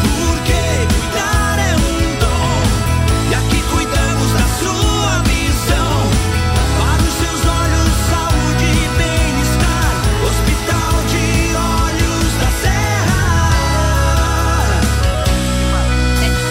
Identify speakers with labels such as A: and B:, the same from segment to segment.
A: Porque cuidar é um dom e aqui cuidamos da sua missão. Para os seus olhos, saúde e bem-estar. Hospital de Olhos da Serra.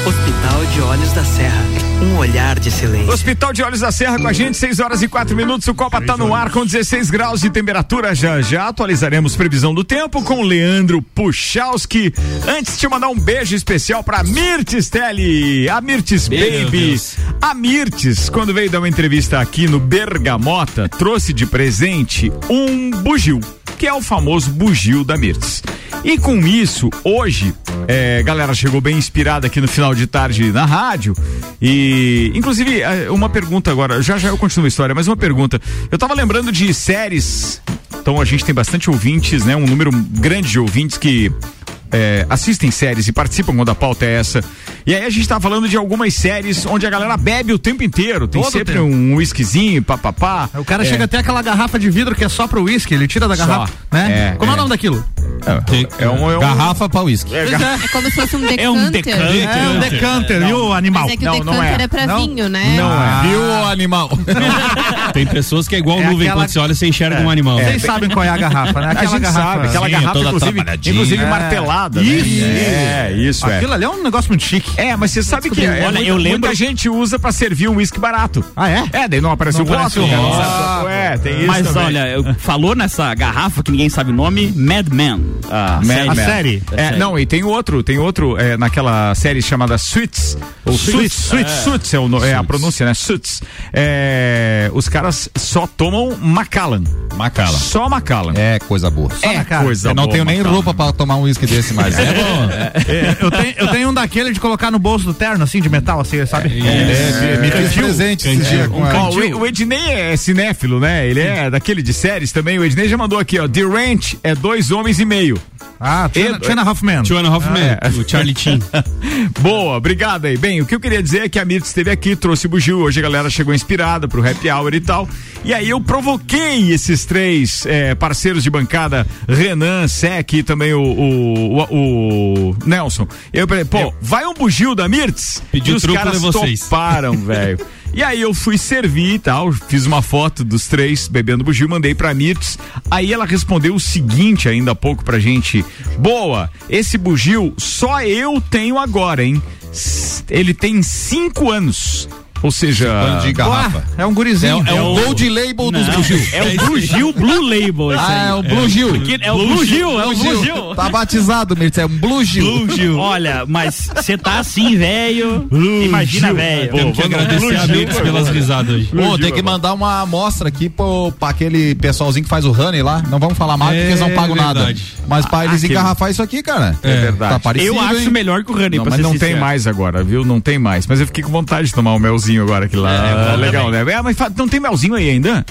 B: Hospital de Olhos da Serra. Um olhar de silêncio.
C: Hospital de Olhos da Serra com a gente, 6 horas e 4 minutos. O Copa tá no ar com 16 graus de temperatura. Já já atualizaremos previsão do tempo com Leandro Puchalski. Antes de mandar um beijo especial pra Mirtes Tele, a Mirtes
D: Meu
C: Baby.
D: Deus.
C: A Mirtes, quando veio dar uma entrevista aqui no Bergamota, trouxe de presente um bugio, que é o famoso bugio da Mirtes. E com isso, hoje, é, a galera chegou bem inspirada aqui no final de tarde na rádio. E, inclusive, é, uma pergunta agora, já já eu continuo a história, mas uma pergunta. Eu tava lembrando de séries, então a gente tem bastante ouvintes, né? Um número grande de ouvintes que é, assistem séries e participam quando a pauta é essa. E aí a gente tá falando de algumas séries onde a galera bebe o tempo inteiro. Tem
E: Todo
C: sempre
E: tempo.
C: um whiskyzinho, papapá.
E: O cara
C: É.
E: chega até aquela garrafa de vidro que é só pro uísque, ele tira da
C: Só.
E: garrafa, né?
C: É,
E: Como é,
C: é.
E: o nome daquilo?
C: É um. É um
F: Garrafa pra uísque.
C: é,
E: Pois
C: gar-
G: É como se fosse um decanter.
H: É um decante.
E: É um
F: né?
E: decanter, viu, animal?
G: Mas é que
C: Não,
G: o
C: não
G: decanter
C: é.
G: é, pra
E: Não. Ah,
G: vinho, né?
C: Não é.
F: Viu, ô animal?
D: Ah. Tem pessoas que é igual
E: É
D: nuvem,
E: aquela-
D: quando você olha, você enxerga um animal.
E: Vocês sabem qual é a garrafa, né?
C: a
E: Aquela
C: gente
E: garrafa.
C: sabe, aquela
D: Sim,
C: garrafa,
D: toda
C: inclusive,
D: atrapalhadinha.
C: inclusive
E: É.
C: martelada.
E: Isso.
C: Né? É, isso é.
E: Aquilo ali é um negócio muito chique.
C: É, mas você sabe que
H: Olha,
C: é, muita,
H: eu lembro-
C: muita gente usa pra servir um uísque barato.
E: Ah, é?
C: É, daí não aparece o
D: aparece
C: rótulo.
D: o
C: cara, não
D: rótulo.
C: sabe qual é, tem isso
H: Mas
C: também.
H: olha, eu- falou nessa garrafa que ninguém sabe o nome, Mad Men. Ah,
C: Mad Men.
E: série?
C: É, não, e tem outro, tem outro é, naquela série chamada Suits. Ou Suits, Suits, Suits é, o no- é a pronúncia, né? Suits. É, os caras só tomam Macallan.
F: Macala.
C: Só Macallan.
F: É coisa boa.
E: na cara.
F: Eu não
C: boa,
F: tenho nem
C: Macallan.
F: roupa pra tomar um uísque desse mais. É bom.
E: Eu tenho, eu tenho um daquele de colocar no bolso do terno, assim, de metal, assim, sabe?
F: É, me fiz presente esse dia
D: Um
F: com a...
C: Ó, o, o Ednei é cinéfilo, né? Ele é daquele de séries também. O Ednei já mandou aqui, ó. The Ranch é dois homens e meio.
E: Ah, Tiana, Tiana Hoffman.
D: Joanna Hoffman,
C: Ah, é.
D: o Charlie Chin.
C: Boa, obrigado aí. Bem, o que eu queria dizer é que a Mirtz esteve aqui, trouxe o Bugil, hoje a galera chegou inspirada pro happy hour e tal. E aí eu provoquei esses três eh, parceiros de bancada, Renan, Sec e também o, o- o- o Nelson. Eu falei, pô, vai um Bugil da Mirtz?
D: Pediu
C: e os
D: truco,
C: caras
D: levou seis.
C: toparam, velho. E aí eu fui servir e tal, fiz uma foto dos três bebendo bugio, mandei pra Mirtz. Aí ela respondeu o seguinte ainda há pouco pra gente. Boa, esse bugio só eu tenho agora, hein? S- Ele tem cinco anos. Ou seja...
F: de garrafa.
E: É um gurizinho.
F: É o gold label dos Bugil.
H: É o Blue Gil Blue Label esse
F: Ah, é
H: aí.
F: o Blue Gil.
H: Que- É o Blue Gil, é o Blue Gil.
F: Tá batizado, Mirtz, é um Blue Gil.
H: Olha, mas você tá assim, velho. Imagina, velho.
D: Temos que agradecer a Mirtz pelas risadas hoje.
F: Pô, tem que mandar uma amostra aqui pro, pra aquele pessoalzinho que faz o honey lá. Não vamos falar mais porque eles não
D: É
F: pagam nada.
D: verdade.
F: Mas pra eles engarrafar isso aqui, cara. É,
C: verdade.
F: Tá parecido,
H: Eu acho
F: hein?
H: melhor que o Rani,
C: Não, mas não tem mais agora, viu? Não tem mais. Mas eu fiquei com vontade de tomar o melzinho agora que lá. legal, né? É, mas fa- não tem melzinho aí ainda?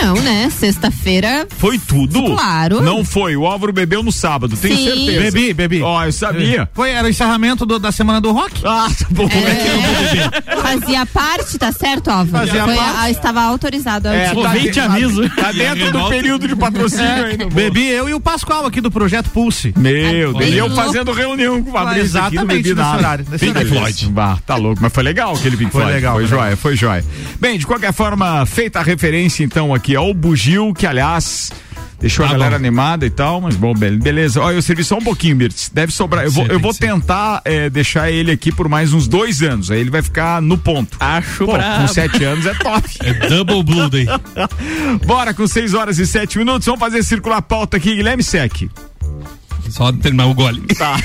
G: Não, né? Sexta-feira.
C: Foi tudo?
G: Claro.
C: Não foi. O Álvaro bebeu no sábado, tenho
G: Sim.
C: certeza.
E: Bebi, bebi.
C: Ó, eu sabia.
E: Foi, era o encerramento do- da semana do rock.
C: Ah, tá bom.
G: é, fazia parte, tá certo, Álvaro?
E: Fazia
G: Foi-
E: parte.
G: ah, estava autorizado. a
C: É,
G: utilizar.
C: tá
H: Vem te aviso.
C: Tá dentro do período de patrocínio ainda. pô.
E: É. Bebi eu e o Pascoal aqui do Projeto Pulse.
C: Meu Deus, e eu
G: louco.
C: fazendo reunião com o Fabrício aqui, não
E: exatamente
C: bebi
E: nesse
C: nada.
E: horário, nesse
C: Pink
E: horário.
C: Floyd. Bah, tá louco, mas foi legal aquele Pink
E: Foi
C: Floyd.
E: legal,
C: foi
E: né?
C: joia, foi joia. Bem, de qualquer forma, feita a referência então aqui ao Bugil, que aliás deixou a galera animada e tal, mas bom, be- beleza. Olha, eu servi só um pouquinho, Birtz, deve sobrar. Eu vou,
D: ser,
C: eu
D: tem
C: vou
D: que ser.
C: tentar eh, deixar ele aqui por mais uns dois anos, aí ele vai ficar no ponto.
H: Acho
C: Pô, com sete anos é top.
D: É Double Blue Day.
C: Bora com 6 horas e 7 minutos. Vamos fazer circular a pauta aqui, Guilherme Sec.
D: Só terminar o gole. Tá.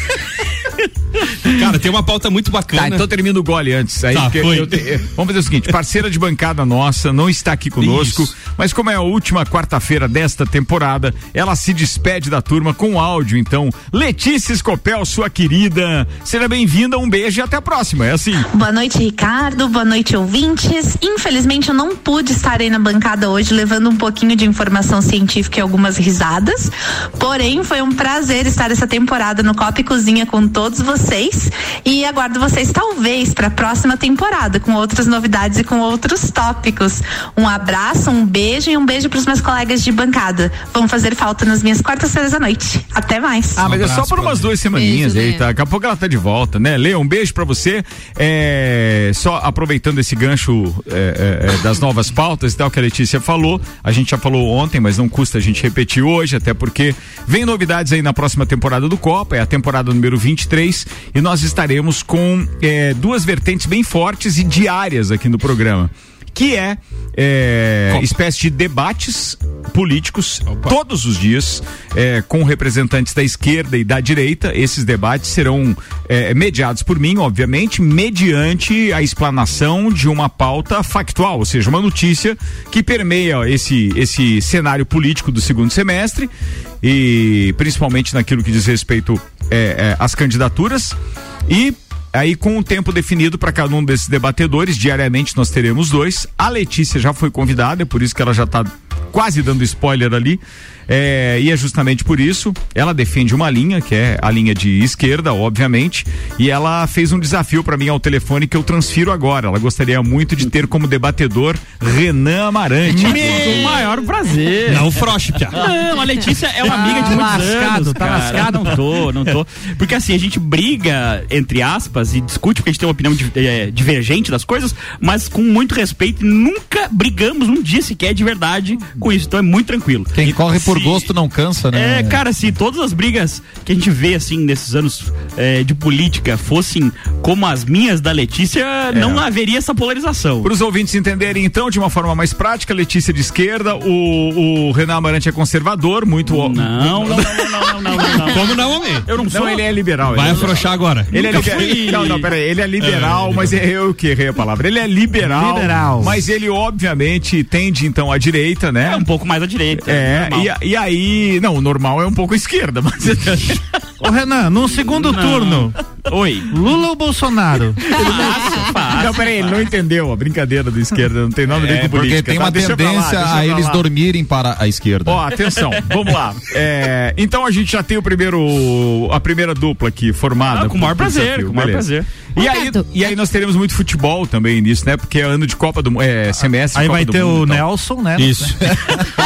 D: Cara, tem uma pauta muito bacana.
C: Tá, então termina o gole antes. Aí,
D: Tá,
C: porque
D: foi.
C: eu te- Vamos fazer o seguinte: parceira de bancada nossa não está aqui conosco,
D: Isso.
C: mas como é a última quarta-feira desta temporada, ela se despede da turma com áudio. Então, Letícia Escopel, sua querida, seja bem-vinda, um beijo e até a próxima. É assim.
I: Boa noite, Ricardo. Boa noite, ouvintes. Infelizmente, eu não pude estar aí na bancada hoje levando um pouquinho de informação científica e algumas risadas. Porém, foi um prazer estar essa temporada no Copa e Cozinha com todos vocês. E aguardo vocês, talvez, para a próxima temporada, com outras novidades e com outros tópicos. Um abraço, um beijo e um beijo para os meus colegas de bancada. Vão fazer falta nas minhas quartas-feiras à noite. Até mais.
C: Ah, mas é só
D: abraço
C: por
D: pra
C: umas
D: Lê.
C: duas semaninhas
G: Beijo,
C: aí,
G: Lê.
C: tá? Daqui a pouco ela tá de volta, né? Lê, um beijo pra você. É, só aproveitando esse gancho é, é, é, das novas pautas e tal que a Letícia falou, a gente já falou ontem, mas não custa a gente repetir hoje, até porque vem novidades aí na próxima temporada do Copa, é a temporada número 23, e nós estaremos com é, duas vertentes bem fortes e diárias aqui no programa. Que é, é, espécie de debates políticos todos os dias é, com representantes da esquerda e da direita. Esses debates serão é, mediados por mim, obviamente, mediante a explanação de uma pauta factual, ou seja, uma notícia que permeia esse, esse cenário político do segundo semestre e principalmente naquilo que diz respeito é, é, às candidaturas e Aí, com o tempo definido para cada um desses debatedores, diariamente nós teremos dois. A Letícia já foi convidada, é por isso que ela já está quase dando spoiler ali. É, e é justamente por isso. Ela defende uma linha, que é a linha de esquerda, obviamente. E ela fez um desafio para mim ao telefone que eu transfiro agora. Ela gostaria muito de ter como debatedor Renan Amarante.
H: O maior prazer.
D: Não, froche, Pia.
H: Não, a Letícia é uma amiga de muitos
E: lascado,
H: anos,
E: tá
H: cara.
E: lascado.
H: Não tô, não tô. Porque assim, a gente briga, entre aspas, e discute porque a gente tem uma opinião di- eh, divergente das coisas, mas com muito respeito e nunca brigamos um dia sequer de verdade com isso. Então é muito tranquilo.
F: Quem
H: E
F: corre por
H: se-
F: gosto não cansa, né?
H: É, cara, se todas as brigas que a gente vê, assim, nesses anos eh, de política fossem como as minhas da Letícia,
F: É.
H: não haveria essa polarização.
C: Para os ouvintes entenderem, então, de uma forma mais prática, Letícia de esquerda, o, o Renan Amarante é conservador, muito.
H: Não, não, não, não, não, não, não, não.
D: Como não, homem?
H: Eu não sou
C: Não, ele é liberal.
D: um Vai
C: ele é
D: afrouxar agora.
C: Ele é
H: Nunca
C: liber-
H: fui.
C: Não, não, peraí. Ele é liberal, mas errei, eu que errei a palavra. Ele é liberal.
E: Liberal.
C: Mas ele, obviamente, tende então à direita, né?
H: É um pouco mais à direita.
C: É,
H: normal.
C: e, a- e aí. Não, o normal é um pouco à esquerda, mas.
E: Renan, num segundo
C: Não.
E: turno.
H: Oi.
E: Lula ou Bolsonaro?
C: Não, peraí, ele não entendeu a brincadeira do esquerda, não tem nada a ver
F: É,
C: com
F: porque
C: política.
F: tem
C: tá?
F: uma
C: Deixa pra lá,
F: tendência
C: deixa
F: a
C: pra
F: eles
C: lá.
F: dormirem para a esquerda.
C: Ó, atenção, vamos lá. É, então a gente já tem o primeiro, a primeira dupla aqui formada.
H: Ah, com o maior
C: por
H: prazer,
C: desafio,
H: com o maior
C: beleza.
H: prazer.
C: E aí, e aí nós teremos muito futebol também nisso, né? Porque é ano de Copa do Mu- é semestre.
E: Aí
C: Copa
E: vai
C: do
E: ter
C: Mundo,
E: o
C: então.
E: Nelson, né?
C: Isso.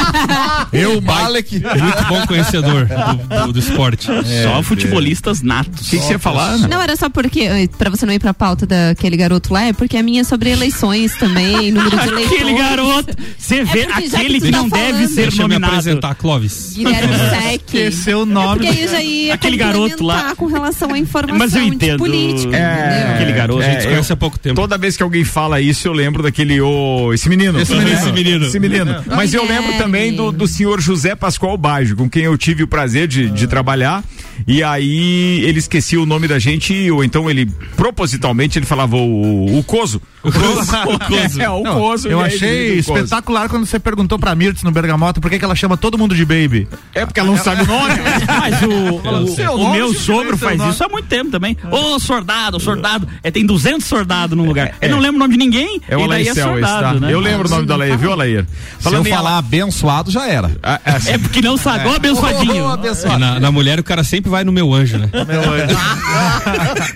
F: Eu, Malek.
D: Muito bom conhecedor do, do- do esporte.
F: É.
H: Só futebolistas natos.
C: É, O que que você ia falar,
E: né?
C: Ana?
G: Não, era só porque, eh, pra você não ir pra pauta daquele garoto lá, é porque a minha é sobre eleições também, número de eleitores.
H: Aquele garoto, você vê,
G: porque já
H: aquele
G: que tu
H: que
G: tá
H: não deve
G: falando-
H: ser
D: Deixa eu me
H: nominado.
D: apresentar, Clóvis.
G: Guilherme Sec.
E: Esqueceu o nome.
G: Porque aí eu já ia
H: Aquele garoto lá.
G: complementar com relação à informação
H: Mas eu
G: de
H: entendo.
G: política,
C: É,
G: é entendeu?
H: Aquele garoto.
C: É,
D: A gente se conhece há pouco tempo.
C: Toda vez que alguém fala isso, eu lembro daquele ô, esse menino.
D: Esse menino. Esse menino.
C: Esse menino. Mas eu
G: Guilherme.
C: lembro também do, do senhor José Pascoal Baggio, com quem eu tive o prazer de, de trabalhar. E aí ele esquecia o nome da gente, ou então ele propositalmente ele falava o, o Coso. O Coso. É, o
E: Não,
C: Coso.
E: eu
C: e aí ele
E: achei
C: vira o Coso.
E: espetacular quando você perguntou pra Mirtz no Bergamota por que, que ela chama todo mundo de baby. Ah,
C: É porque ela não sabe o nome.
H: Mas
E: Seu
H: o, é o, o
E: nome,
H: meu
E: seu
H: sogro
E: nome, seu
H: faz
E: nome.
H: isso há muito tempo também. Ô, soldado, soldado. É, tem 200 soldados num lugar.
C: É. É,
H: Eu não lembro o nome de ninguém.
C: É o
H: e daí
C: Alair
H: é
C: Cel esse, tá?
H: soldado, né?
C: Eu lembro o nome do Alair, viu, Alair?
F: Se eu
C: em Ala-
F: falar abençoado, já era.
C: Ah, ah,
H: É porque não sabe. Ô,
C: um
H: abençoadinho.
F: Ô, abençoado.
D: E Na, na mulher, o cara sempre vai no meu anjo, né?
G: Meu.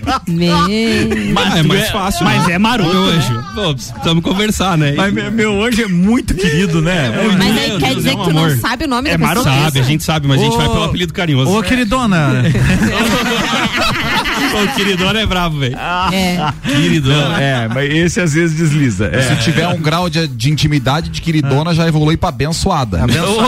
H: Mas
D: Ah, é
H: tu
D: mais fácil,
H: Mas
D: né?
H: é maroto.
D: Meu
H: né?
D: anjo. Pô, precisamos conversar, né?
C: Mas meu- meu anjo é muito querido, né?
G: Mas
D: Meu
G: aí
D: Deus,
G: quer dizer
D: é um
G: que tu não
D: amor.
G: sabe o nome da
H: É
G: pessoa?
H: maroto.
D: Sabe, a gente sabe, mas a gente vai pelo apelido carinhoso.
E: Ô, queridona.
F: É.
D: o queridona é bravo, velho.
G: É.
D: Queridona.
C: É, mas esse às vezes desliza. É.
F: Se tiver um grau de, de intimidade de queridona, já evolui pra abençoada.
H: Ô,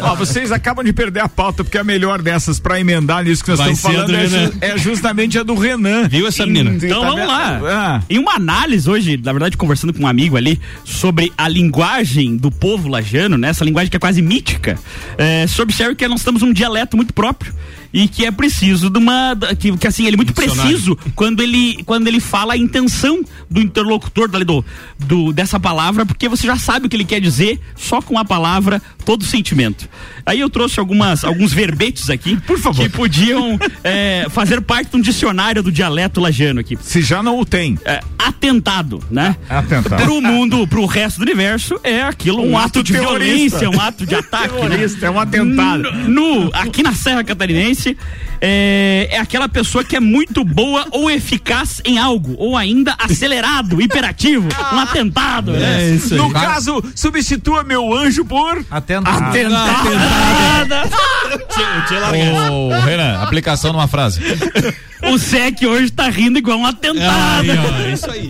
C: Ó, vocês acabam de perder a pauta, porque é a melhor dessas pra emendar nisso que nós
D: Vai
C: estamos
D: ser a
C: falando
D: do
C: é,
D: Renan.
C: ju- é justamente a do Renan.
D: Viu essa menina?
H: Então vamos lá.
C: Ah.
H: Em uma análise hoje, na verdade, conversando com um amigo ali sobre a linguagem do povo lajano, né? Essa linguagem que é quase mítica, é, sobre que nós temos um dialeto muito próprio e que é preciso de uma da- que, que assim ele é muito
D: Dicionário.
H: preciso quando ele quando ele fala a intenção do interlocutor dali do, do dessa palavra porque você já sabe o que ele quer dizer só com a palavra todo o sentimento aí eu trouxe algumas alguns verbetes aqui por favor que podiam é, fazer parte de um dicionário do dialeto lajano aqui
C: Se já não o tem.
H: é, atentado, né?
C: Atentado.
H: Pro mundo, pro resto do universo, é aquilo, um,
C: Um
H: ato,
C: ato
H: de
C: terrorista.
H: violência, um ato de ataque. né?
C: Terrorista, é um atentado.
H: No, no- aqui na Serra Catarinense, é, é aquela pessoa que é muito boa ou eficaz em algo, ou ainda acelerado, hiperativo, um atentado.
D: É,
H: né?
D: isso
C: No caso, substitua meu anjo por.
E: Atentado.
H: Tá
F: Ô, Renan, aplicação numa frase.
H: O SEC hoje tá rindo igual um
D: Aí,
H: atentado.
D: ó, é isso aí.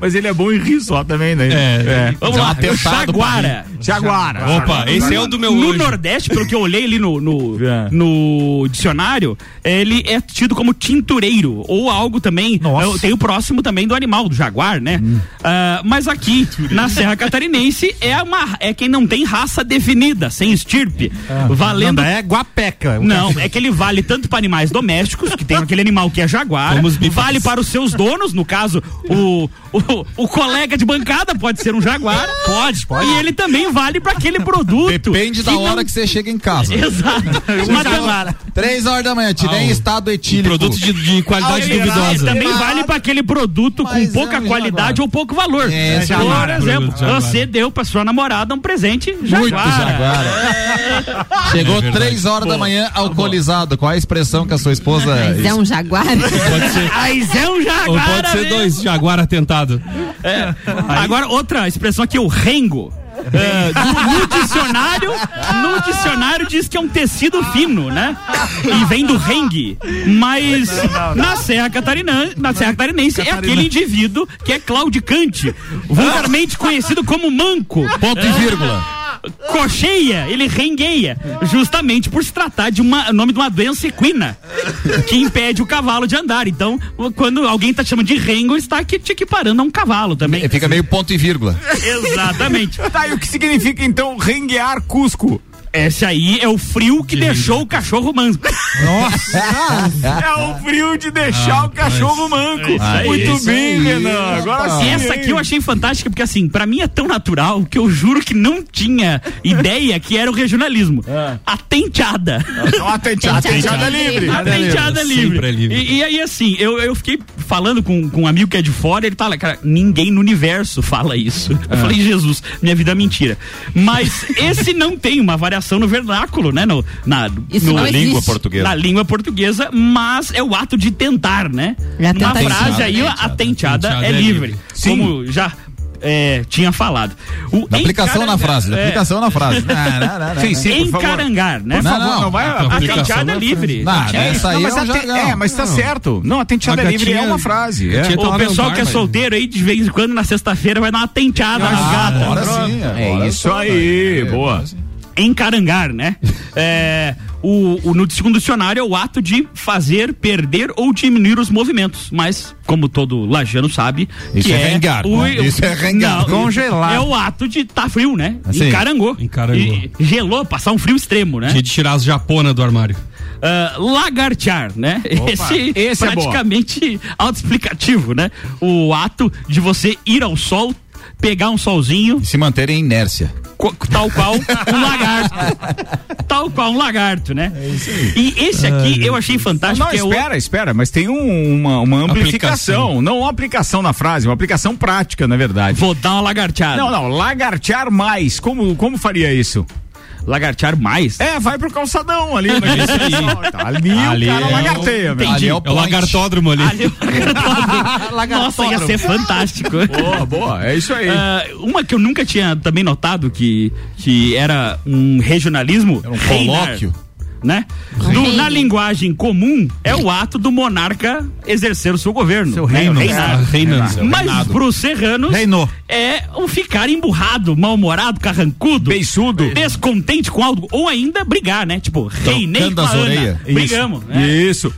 C: Mas ele é bom em rir só também, né?
D: É.
H: Vamos
F: É um
H: lá,
F: atentado pra
H: Jaguara.
C: Jaguara.
D: Opa, esse é o do meu
H: no
D: anjo.
H: Nordeste, pelo que eu olhei ali no, no,
C: É.
H: no dicionário, ele é tido como tintureiro, ou algo também.
E: Nossa. Hum.
H: eh, Tem o próximo também do animal, do jaguar, né? Ah, mas aqui, na Serra Catarinense, é, uma, é quem não tem raça definida, sem estirpe. valendo.
E: Não, é guapeca.
H: Não, é que ele vale tanto para animais domésticos, que tem aquele animal que é jaguar,
D: Como os bifes.
H: vale para os seus donos, no caso, o, o, o colega de bancada pode ser um jaguar. Pode, pode. E ele também vale para aquele produto.
F: Depende da hora que você chega em casa.
H: Exato.
D: Um
H: Mas
E: Então,
H: tam-
F: Três horas da manhã, te
D: Ah,
F: nem
D: o-
F: estado
D: Um
F: etílico.
D: produto de, de qualidade
H: é,
D: duvidosa.
H: também vale para aquele produto
F: Mas
H: com
F: é
H: pouca
F: um
H: qualidade
F: jaguar.
H: ou pouco valor.
F: É,
H: Por
F: jaguar.
H: exemplo,
D: Produto um jaguar.
H: você deu para sua namorada um presente jaguar.
F: Muito jaguara. Chegou
D: É verdade.
F: três horas da manhã alcoolizado. Qual é a expressão que a sua esposa.
G: Mas é um jaguar.
D: Pode ser,
H: Mas é um jaguar.
D: ou pode ser
H: mesmo.
D: dois, jaguar atentado.
H: Agora, outra expressão aqui, o rengo. É, no, no dicionário, no dicionário diz que é um tecido fino, né? E vem do rengue. Mas na Serra Catarinense, na Serra Catarinense é aquele indivíduo que é claudicante, vulgarmente conhecido como manco. É.
F: Ponto e vírgula.
H: Cocheia, ele rengueia, justamente por se tratar de uma nome de uma doença equina que impede o cavalo de andar. Então, quando alguém tá te chamando de rengo, está que- te equiparando a um cavalo também.
F: É,
G: assim.
F: Fica meio ponto e vírgula.
H: Exatamente.
C: Tá, e o que significa então renguear Cusco?
H: Esse aí é o frio que deixou o cachorro manso. Nossa! é o frio de deixar o cachorro manco.
C: Ah,
H: Muito
C: isso
H: bem,
C: Ah. aí,
H: Renan. Agora
C: rapaz.
H: sim. Essa aqui eu achei fantástica, porque assim, pra mim é tão natural que eu juro que não tinha ideia que era o regionalismo. A tenteada.
C: A tenteada- a tenteada é livre.
H: A tenteada é livre.
D: Sempre é livre.
H: E, e aí, assim, eu, eu fiquei falando com, com um amigo que é de fora, ele fala, cara, ninguém no universo fala isso. Eu falei, Jesus, minha vida é mentira. Mas esse não tem uma variação no vernáculo, né? No, na
G: Isso
H: no-
G: não existe.
C: língua portuguesa.
H: Na língua portuguesa, mas é o ato de tentar, né?
G: É a
H: Na
G: tentativa.
H: frase aí, a tenteada,
D: Tenteada
H: é,
D: é
H: livre.
D: livre.
H: Como já é, tinha falado. O
F: Da aplicação na
H: encaranga-
F: frase, da
H: é,
F: aplicação na frase. Não, não, não, não.
C: Sim, sim, por favor.
H: Encarangar, né?
F: Por
C: Não,
F: favor,
C: não,
F: não
C: vai.
D: a
H: A
D: aplicação
H: tenteada é
D: na
H: livre.
F: Não, essa aí
C: Não, mas
F: é um
C: a te-
F: jargão.
C: É, mas tá certo. Não, a tenteada
D: A
C: é livre é
D: gatinha-
C: uma frase. é.
D: gatinha
H: O
D: Tava
H: pessoal
D: no
H: que é
D: bar, mas-
H: solteiro aí, de vez em quando, na sexta-feira, vai dar uma tenteada nas gatas.
F: Agora sim.
C: É
F: agora
C: isso
F: sim,
C: aí,
F: vai.
C: boa.
H: Encarangar, né? É, o, o- no segundo dicionário é o ato de fazer, perder ou diminuir os movimentos. Mas, como todo lajano sabe,
F: Isso
H: que
F: é rengar,
H: o-
F: né? Isso é rengar.
H: Não,
E: Congelar.
H: É o ato de tá frio, né?
F: Assim,
H: encarangou.
D: encarangou.
H: E- gelou, passar um frio extremo, né?
D: Tinha de tirar as japonas do armário.
H: Ah, lagartear, né? Esse,
C: esse é bom.
H: praticamente autoexplicativo, né? O ato de você ir ao sol, pegar um solzinho,
F: E se manter em inércia.
H: co- tal qual um lagarto. Tal qual um lagarto, né? E esse aqui eu achei fantástico.
C: Não,
H: que é o-
C: espera, espera, mas tem um- uma, uma amplificação.
D: Aplicação.
C: Não uma aplicação na frase, uma aplicação prática, na verdade.
H: Vou dar uma lagarteada.
C: Não, não, lagartear mais. Como, como faria isso?
H: Lagartear mais.
C: É, vai pro calçadão ali. né? ali,
D: Ali
C: o cara
D: é o-
C: lagarteia, meu.
D: Ali
F: Ali
D: é
F: é o
D: o
F: point.
D: lagartódromo ali.
H: Ali eu- Nossa, ia ser fantástico.
C: Boa, boa, é isso aí.
H: Ah, uma que eu nunca tinha também notado que, que era um regionalismo.
F: Era um
H: reinar,
F: colóquio.
H: Né? Do- na linguagem comum, é o ato do monarca exercer o seu governo. Né? Seu reino.
D: Ah, Reinando.
H: Mas pros serranos
E: Reinou.
H: é o ficar emburrado, mal-humorado, carrancudo,
C: Beiçudo.
H: descontente com algo, ou ainda brigar, né? Tipo, reinei com a
F: as orelhas.
H: Ana. Brigamos. né?
C: Isso.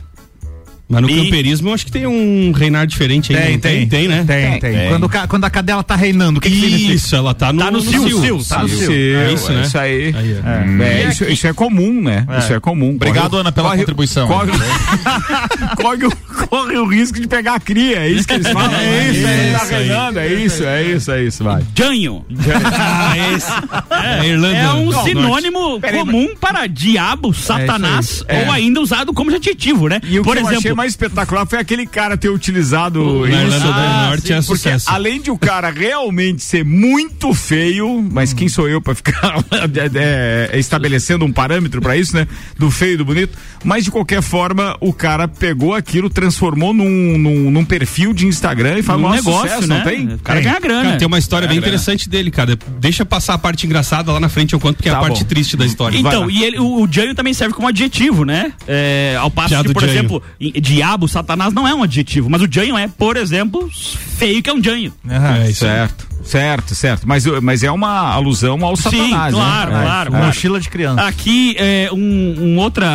D: Mas no
H: E-
D: camperismo eu acho que tem um reinar diferente aí. não Tem, né?
E: Tem, tem.
C: Tem.
E: Quando, ca- quando a cadela tá reinando, o que, que significa?
D: Isso, ela tá no,
H: Tá no cio, cio,
D: Tá
E: no
C: Isso,
E: cio.
C: é
D: isso, né?
C: isso aí.
D: Aí, é.
C: É, é, isso, isso é comum, né? Isso é comum.
F: Obrigado,
C: Corre o-
F: Ana, pela
C: corre o-
F: contribuição.
C: Corre, o- corre o, corre o risco de pegar a cria, é isso que eles falam. É isso, é isso,
D: aí.
C: é isso, é isso, é isso, vai.
H: Janho.
D: Ah, esse. É, Irlanda.
H: É um
D: do Norte.
H: sinônimo
C: Peraí,
H: comum para diabo, satanás,
C: É.
H: ou ainda usado como adjetivo, né?
C: E o
H: Por
C: que eu achei
H: exemplo,
C: mais espetacular foi aquele cara ter utilizado
D: Na
C: isso. ah,
D: Irlanda do Norte
C: Porque
D: é sucesso.
C: além de o cara realmente ser muito feio, mas
H: Hum.
C: quem sou eu pra ficar é, é, estabelecendo um parâmetro pra isso, né? Do feio e do bonito. Mas de qualquer forma, o cara pegou aquilo, transformou num, num, num perfil de Instagram e falou:
H: um
C: "Nossa,
H: negócio,
C: sucesso,
H: né?
C: não tem? É.
H: O cara ganha grana.
D: Cara, tem uma história bem interessante dele, cara. Deixa passar a parte engraçada lá na frente eu conto, porque é
C: Tá
D: a parte
C: bom.
D: triste da história.
H: Então,
D: Vai lá.
H: e ele- o, o Janho também serve como adjetivo, né? É, ao passo
D: Piada
H: que,
D: do
H: por
D: Janho.
H: exemplo, i- diabo, satanás não é um adjetivo, mas o Janho é, por exemplo, feio que é um Janho.
C: Ah,
D: É, isso aí.
C: certo, certo, certo. Mas, mas é uma alusão ao satanás,
H: Sim, claro,
C: né?
H: claro,
C: É.
H: claro.
E: Mochila de criança.
H: Aqui, é, um, um outro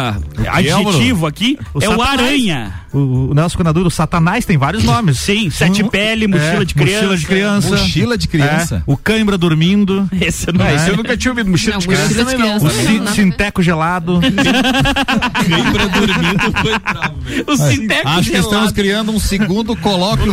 H: adjetivo aqui
E: O
H: é o
E: Satanás.
H: aranha.
E: O, o Nelson Conadura, o Satanás, tem vários nomes.
H: Sim, sete
E: Hum,
H: pele, mochila
E: é,
H: de criança.
E: Mochila de criança.
F: Mochila de
E: É,
F: criança.
E: o cãibra dormindo.
H: Esse não
C: Ah, isso
H: é.
C: eu nunca tinha ouvido mochila
G: Não,
C: de criança.
G: mochila de criança.
E: O
G: não,
E: cin-
G: nada a ver.
E: sinteco gelado.
D: Cãibra dormindo foi bravo, velho.
H: O
G: É
H: sinteco
F: Acho que
H: gelado.
F: estamos criando um segundo colóquio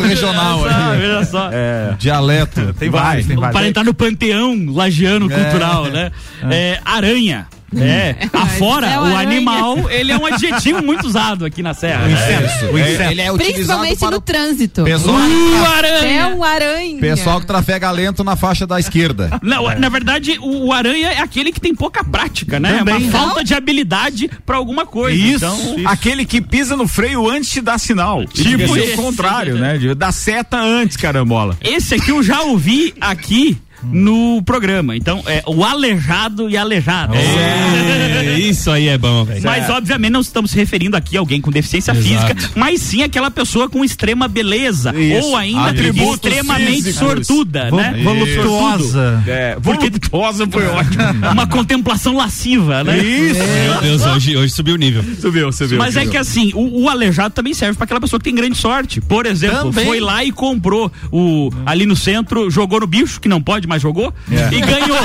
F: regional
H: Ah,
F: aqui.
H: veja só.
F: Dialeto.
E: Tem vários, tem
H: Para
E: vários.
H: entrar no panteão lagiano cultural, né? É, aranha. É. Afora,
G: É o
H: o,
G: aranha.
H: animal, ele é um adjetivo muito usado aqui na Serra. né?
F: Isso.
E: inseto.
F: Ele é utilizado
G: Principalmente
F: para
G: no
F: o
G: trânsito.
F: pessoal,
H: O
G: É
H: aranha.
G: um aranha.
F: pessoal que trafega lento na faixa da esquerda.
E: Né?
H: Não, na verdade, o, o aranha é aquele que tem pouca prática, né? É uma falta de habilidade pra alguma coisa.
C: Isso,
H: Então,
C: Aquele que pisa no freio antes de dar sinal.
H: Tipo
C: Tipo
H: esse.
C: o contrário, né? De dar seta antes, carambola.
H: esse aqui eu já ouvi aqui no programa. Então, é o aleijado e aleijado.
D: É, Isso aí é bom, velho.
H: Mas, obviamente, não estamos se referindo aqui a alguém com deficiência
D: Exato.
H: física, mas sim aquela pessoa com extrema beleza.
C: Isso.
H: Ou ainda
C: Atributos
H: extremamente
C: físicos.
H: sortuda,
E: Vo-
H: né?
E: Voluptuosa.
C: É,
H: Porque-
C: voluptuosa foi ótimo. É.
H: Uma contemplação lasciva, né?
C: Isso.
D: Meu Deus, hoje, hoje subiu o nível.
C: Subiu, subiu.
H: Mas é que assim, o, o aleijado também serve pra aquela pessoa que tem grande sorte. Por exemplo,
E: Também.
H: foi lá e comprou o ali no centro, jogou no bicho, que não pode pode, mas jogou.
C: É.
H: E ganhou.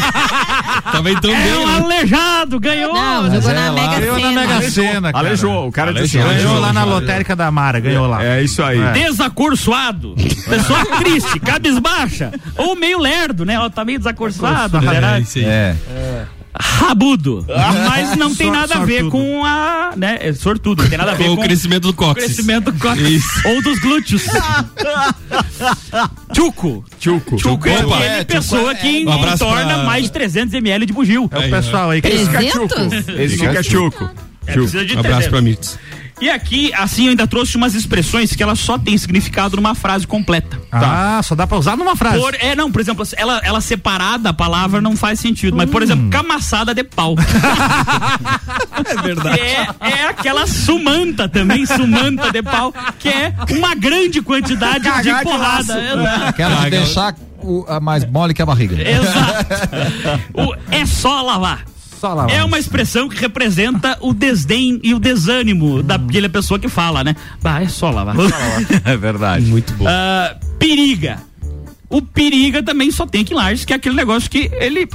D: Tava então
H: é um
D: bem, né?
H: aleijado, ganhou.
G: Não,
C: é
G: jogou na Mega
E: é Ganhou na
G: Sena.
E: Mega Sena, cara.
C: Alejou, o cara disse
E: Ganhou
C: assim, alejou.
E: lá na lotérica da Mara, ganhou lá.
C: É isso aí.
E: É.
H: Desacursoado. Pessoa triste, cabisbaixa. Ou meio lerdo, né? Ela tá meio desacursoada. a
D: É,
H: mulherada.
D: isso Ah. aí.
F: É.
H: Rabudo. Mas não tem
E: Sor-
H: nada a ver
E: sortudo.
H: com a. né? É sortudo, não tem nada a ver
D: Com
H: com,
D: o crescimento do
H: o
D: cóccix.
H: crescimento do cóccix.
D: Isso.
H: Ou dos glúteos. Tchuco.
C: Tchuco.
H: Tchuco é
D: Opa.
H: aquele
F: É, tchuco
H: pessoa
F: é-
H: que
D: Um abraço
H: entorna
D: pra-
H: mais de 300 ml de bugio.
E: É o pessoal aí que
G: 300?
C: Esse fica tchuco.
H: É, precisa de
D: Um Abraço
H: 300.
D: pra Mirtz.
H: E aqui, assim, eu ainda trouxe umas expressões que ela só tem significado numa frase completa.
D: Tá.
E: Ah, só dá pra usar numa frase.
H: Tá. Por- é, não, por exemplo, ela, ela separada, a palavra não faz sentido. Mas, por exemplo, camaçada de pau. Hum. é verdade. É, aquela sumanta também, sumanta de pau, que é uma grande quantidade de porrada. Exato.
F: Quero te deixar o- a mais mole que a barriga.
E: É,
H: Exato. O é só lavar.
E: Só lá.
H: É uma expressão que representa o desdém e o desânimo daquela pessoa que fala, né? Bah, é só lavar.
C: É verdade.
D: Muito bom.
H: Ah, periga. O periga também só tem que ir em Lages, que é aquele negócio que ele.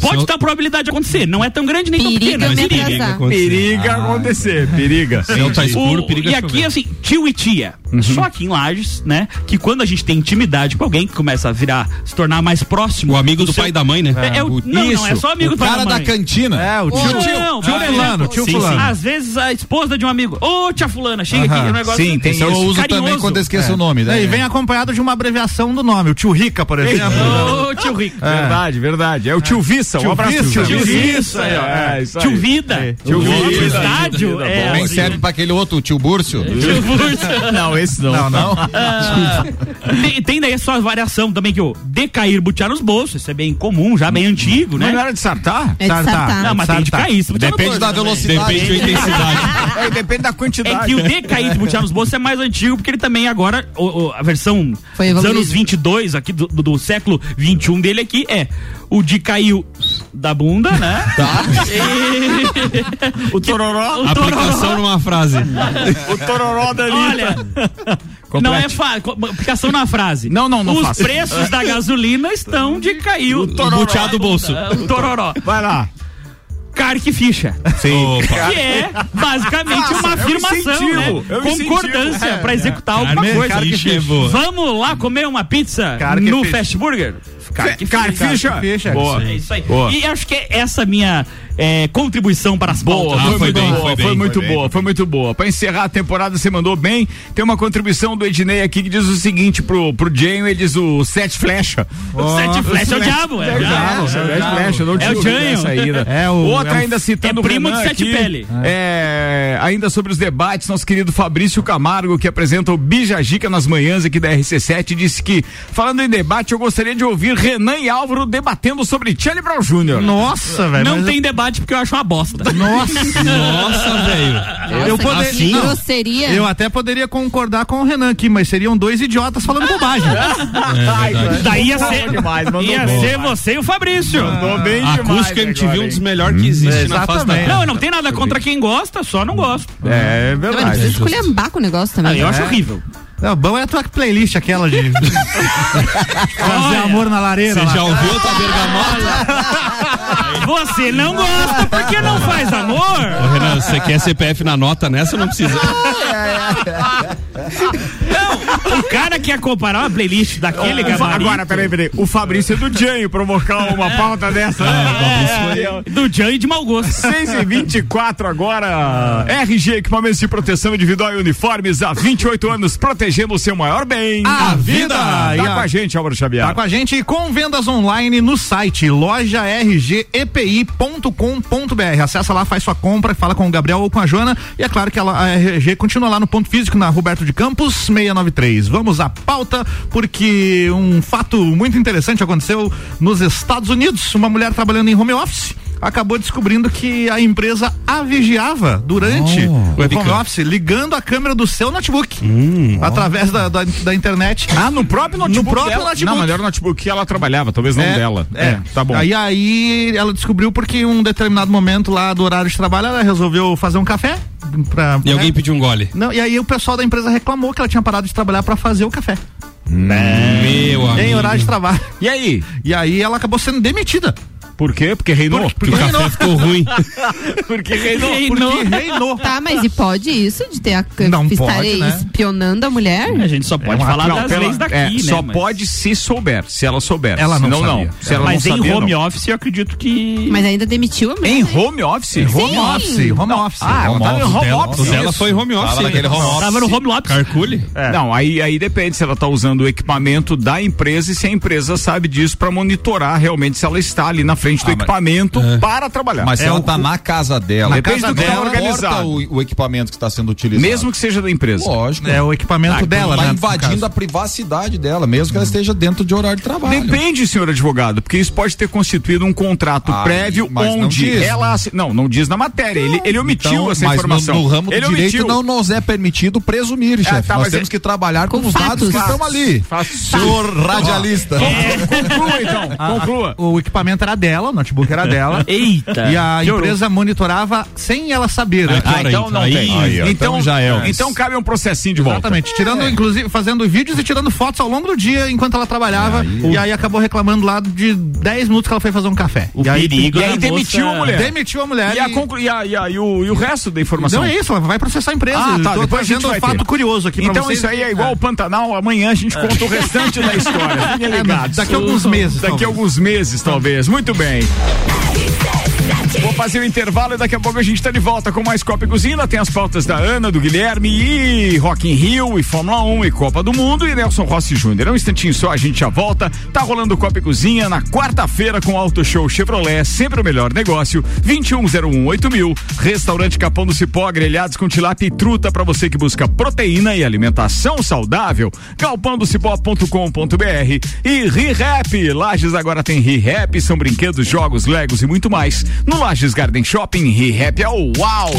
H: Pode
D: Só-
H: dar a probabilidade de acontecer. Não é tão grande nem tão
G: Periga
H: pequeno.
G: me
H: mas periga.
G: atrasar.
C: Periga acontecer, periga.
D: Céu tá escuro,
H: O-
D: periga
H: e aqui,
D: chover.
H: assim, tio e tia. Só aqui em Lages, né? Que quando a gente tem intimidade com alguém que começa a virar, se tornar mais próximo.
D: O amigo do
H: seu-
D: pai e da mãe, né?
H: É, é o, não, não, é só amigo
F: o
H: do pai e
F: cara da
H: mãe.
F: cantina.
E: É, o
H: Ô,
E: tio.
H: não,
E: tio
H: por
E: fulano,
H: exemplo,
E: tio
H: sim,
E: fulano.
H: sim. Às vezes a esposa de um amigo. Ô, tia fulana, chega aqui.
E: Aham.
H: O negócio é
C: Sim, tem
F: Isso eu
C: isso.
F: uso também
H: Carinhoso.
F: quando eu esqueço o nome. né?
E: É,
F: Daí
E: e vem acompanhado de uma abreviação do nome. O tio Rica, por exemplo.
H: Ô, tio rico.
C: Verdade, verdade. É o tio Vissa, um
E: Tio
C: abraço.
E: Vissa,
C: Vissa.
E: tio
H: Tio
E: Vissa.
H: Vissa, aí, ó.
C: É, isso aí.
H: Tio Vida.
C: Tio
H: O
C: Vida.
H: estádio é.
F: Também serve pra aquele outro, o tio Búrcio.
H: Tio Bursa.
C: Não, esse não.
F: Não, não.
H: Tem, tem daí a sua variação também, que o decair, butear os bolsos. Isso é bem comum, já bem antigo,
C: Mas não
H: né?
C: era de sartar?
G: É de sartar.
H: Não, mas tem de cair. se botear no
F: Depende
H: bolso
F: da
H: também.
F: velocidade.
D: Depende da intensidade.
C: É, depende da
H: É
C: quantidade.
H: que o decair de butear nos bolsos é mais antigo, porque ele também agora, o- o- a versão
G: Foi
H: dos
G: evoluído.
H: anos 22, aqui do, do- do século 21 dele aqui, é o de caiu da bunda, né? E- o tororó. O
D: Aplicação
H: tororó.
D: numa frase.
C: o tororó da
H: Olha, não é fácil. Aplicação na é frase.
C: Não, não, não
H: Os
C: faço.
H: preços da gasolina estão de caiu.
D: tororó.
H: Buteado bolso. É, O tororó.
C: Vai lá.
H: Carque ficha.
D: Opa.
H: Que é basicamente
C: é
H: uma
C: um
H: afirmação,
C: incentivo, é
H: né?
C: um
H: Concordância
C: incentivo.
H: pra executar alguma
D: Carne,
H: coisa.
D: carne,
H: Ixi,
D: é boa.
H: Vamos lá comer uma pizza
E: Carne,
H: no
E: ficha.
H: Fast Burger? Carne,
C: Carficha.
E: Carficha.
C: Boa.
H: É isso aí.
C: Boa.
H: E acho que é essa minha é, contribuição para as
C: Boa,
H: pautas.
D: Ah,
C: foi,
D: foi
C: muito
D: bem,
C: boa, foi,
D: foi bem,
C: muito
D: foi bem.
C: boa, foi muito boa. Pra encerrar a temporada, você mandou bem. Tem uma contribuição do Ednei aqui que diz o seguinte pro, pro Jane, ele diz o sete flecha.
H: Sete flechas é o diabo. É, o diabo.
C: sete flecha, eu não
H: É o
C: tiro
H: Jânio.
C: dessa ainda.
E: É o-
C: né? Outra
E: é o-
C: ainda citando
H: é primo
C: o Renan
H: de sete
C: aqui,
H: pele.
C: É, ainda sobre os debates, nosso querido Fabrício Camargo, que apresenta o Bijagica nas manhãs aqui da RC7, disse que, falando em debate, eu gostaria de ouvir Renan e Álvaro debatendo sobre Charlie Brown Jr.
E: Nossa, velho.
H: Não
E: mas-
H: tem debate porque eu acho uma bosta.
E: Nossa.
D: Nossa, velho.
E: Eu
G: que
E: poder-
D: assim?
E: Não.
G: Grosseria.
E: Eu até poderia concordar com o Renan aqui, mas seriam dois idiotas falando bobagem.
D: É
C: Ai, velho.
H: Daí ia ser,
C: demais, mandou
H: ia
C: bem.
H: ser você e o Fabrício. Ah.
C: Mandou bem
D: A
C: demais
D: acústica MTV é
C: agora,
D: um
C: hein?
D: dos melhores que existe na face da
E: Exatamente.
D: terra.
H: Não, eu não tenho nada contra quem gosta, só não gosto.
C: É
G: Não, mas não
C: verdade.
G: precisa esculhambar com o negócio
H: Ah,
G: também.
H: eu acho horrível.
E: Não, bom é a tua playlist, aquela de. Fazer
H: Olha.
E: amor na lareira.
D: Você
E: lá.
D: já ouviu outra bergamota?
H: Você não gosta porque não faz
D: Ô,
H: amor?
D: Renan, você quer CPF na nota nessa? Não precisa.
H: O cara quer comparar uma playlist daquele gabarito
C: Agora, peraí, peraí. O Fabrício é do Jânio provocar uma pauta dessa.
H: é, do Jan e de mau gosto.
C: 6 e 24 agora. RG Equipamentos de Proteção Individual e Uniformes há 28 anos, protegendo o seu maior bem.
E: A vida.
C: Tá
E: E a-
C: com a gente, Álvaro Xavier.
E: Tá com a gente com vendas online no site loja rgepi.com.br. Acessa lá, faz sua compra, fala com o Gabriel ou com a Joana. E é claro que ela- a RG continua lá no ponto físico, na Roberto de Campos, 693. Vamos à pauta, porque um fato muito interessante aconteceu nos Estados Unidos. Uma mulher trabalhando em home office acabou descobrindo que a empresa a vigiava durante o
D: Webcam.
E: home office, ligando a câmera do seu notebook através da, da, da internet.
C: Ah, no próprio notebook.
G: Tá
E: No próprio
C: dela?
E: Tá notebook.
C: Não, mas era o notebook que ela trabalhava, talvez não
E: É,
C: dela.
E: É.
C: tá bom.
E: Aí, aí ela descobriu porque em um determinado momento lá do horário de trabalho ela resolveu fazer um café pra,
D: E alguém
E: né?
D: pediu um gole.
E: Não, e aí o pessoal da empresa reclamou que ela tinha parado de trabalhar pra fazer o café.
C: Hum.
D: Meu amigo.
E: Em horário de trabalho.
C: Ah, E aí?
E: E aí ela acabou sendo demitida.
C: Por quê? Porque reinou?
D: Porque o
F: né?
D: café ficou ruim.
C: Porque reinou.
E: Porque reinou.
G: Tá, mas e pode isso de ter a
E: Não
G: estar
E: pode, né?
G: espionando a mulher?
H: A gente só pode
C: Não,
H: falar
C: não,
H: das
C: pela-
H: leis daqui,
C: é,
H: né?
C: Só
H: mas-
C: pode se souber, se ela souber.
E: Ela não
C: Senão,
E: sabia.
C: não. Se ela
H: Mas
C: não
H: em
C: sabia,
H: home
C: não.
H: office eu acredito que.
G: Mas ainda demitiu a mulher.
C: Em
G: né?
C: home office?
E: Home
G: Sim.
E: office, home office.
C: Ah, ela tava em home
D: dela-
C: office.
D: o dela
C: Isso.
D: foi home office.
F: Tava naquele home office.
H: Tava no home office.
D: Carcule?
C: É. Não, aí, aí depende se ela está usando o equipamento da empresa e se a empresa sabe disso para monitorar realmente se ela está ali na frente do
F: Ah, mas-
C: equipamento para trabalhar.
F: Mas se
C: É
F: ela
C: o-
F: tá na casa dela,
E: Na
C: Depende
E: É casa
C: do que
E: dela,
C: está
F: ela
C: organizado.
F: porta o, o equipamento que está sendo utilizado.
C: Mesmo que seja da empresa.
F: Lógico.
E: É o equipamento
F: Ah,
E: dela,
F: tá
E: né? no
F: invadindo
E: caso.
F: a privacidade dela, mesmo que ela esteja dentro de horário de trabalho.
C: Depende, senhor advogado, porque isso pode ter constituído um contrato
F: Aí,
C: prévio
F: mas não
C: onde
F: diz.
C: ela. assi- Não, não diz na matéria. ele, ele omitiu
F: Então,
C: essa
F: mas
C: informação.
F: No, no ramo do
C: ele
F: direito
C: omitiu.
F: não nos é permitido presumir, chefe.
C: tá,
F: Nós
C: mas
F: temos
C: é-
F: que trabalhar com,
G: Com
F: os dados que
G: fatos.
F: estão ali.
C: Faz-
F: Senhor radialista.
C: Conclua, então. Conclua.
E: Ah, O equipamento era dela, o notebook era dela.
H: Eita!
E: E a
H: Piorou.
E: empresa monitorava sem ela saber. né?
D: Ah, então não tem.
F: Aí, ó,
C: Então
F: então já é.
C: Então cabe um processinho de volta.
E: Exatamente, tirando, inclusive, fazendo vídeos e tirando fotos ao longo do dia enquanto ela trabalhava. E aí, acabou reclamando lá de 10 minutos que ela foi fazer um café.
H: O
E: e aí,
H: perigo
C: e aí
H: da
C: demitiu
H: moça- é.
C: a mulher.
E: demitiu a mulher.
C: E, a conclu... e, a- e a- e o, e o resto da informação?
E: Não
J: um-
E: é isso, ela vai processar a empresa.
C: Ah, tá,
E: Tô
C: depois a gente
E: trazendo um
C: vai
E: fato
C: ter.
E: curioso aqui pra
C: Então
E: vocês.
C: isso aí é igual o Pantanal, amanhã a gente conta o restante da história. Fiquem
E: É,
C: ligados.
E: daqui a alguns meses,
C: Daqui a
E: talvez.
C: alguns meses, talvez. Muito bem. Vou fazer o intervalo e daqui a pouco a gente tá de volta com mais Copa e Cozinha. Tem as pautas da Ana, do Guilherme e Rock in Rio e Fórmula 1 e Copa do Mundo e Nelson Rossi Júnior. É um instantinho só, a gente já volta. Tá rolando Copa e Cozinha na quarta-feira com Auto Show Chevrolet, sempre o melhor negócio. 2101 8000. Restaurante Capão do Cipó, grelhados com tilápia e truta pra você que busca proteína e alimentação saudável. galpandocipó.com.br e ReHap. Lages agora tem ReHap, são brinquedos, jogos, legos e muito mais. No Lages Garden Shopping, ReHap é o uau!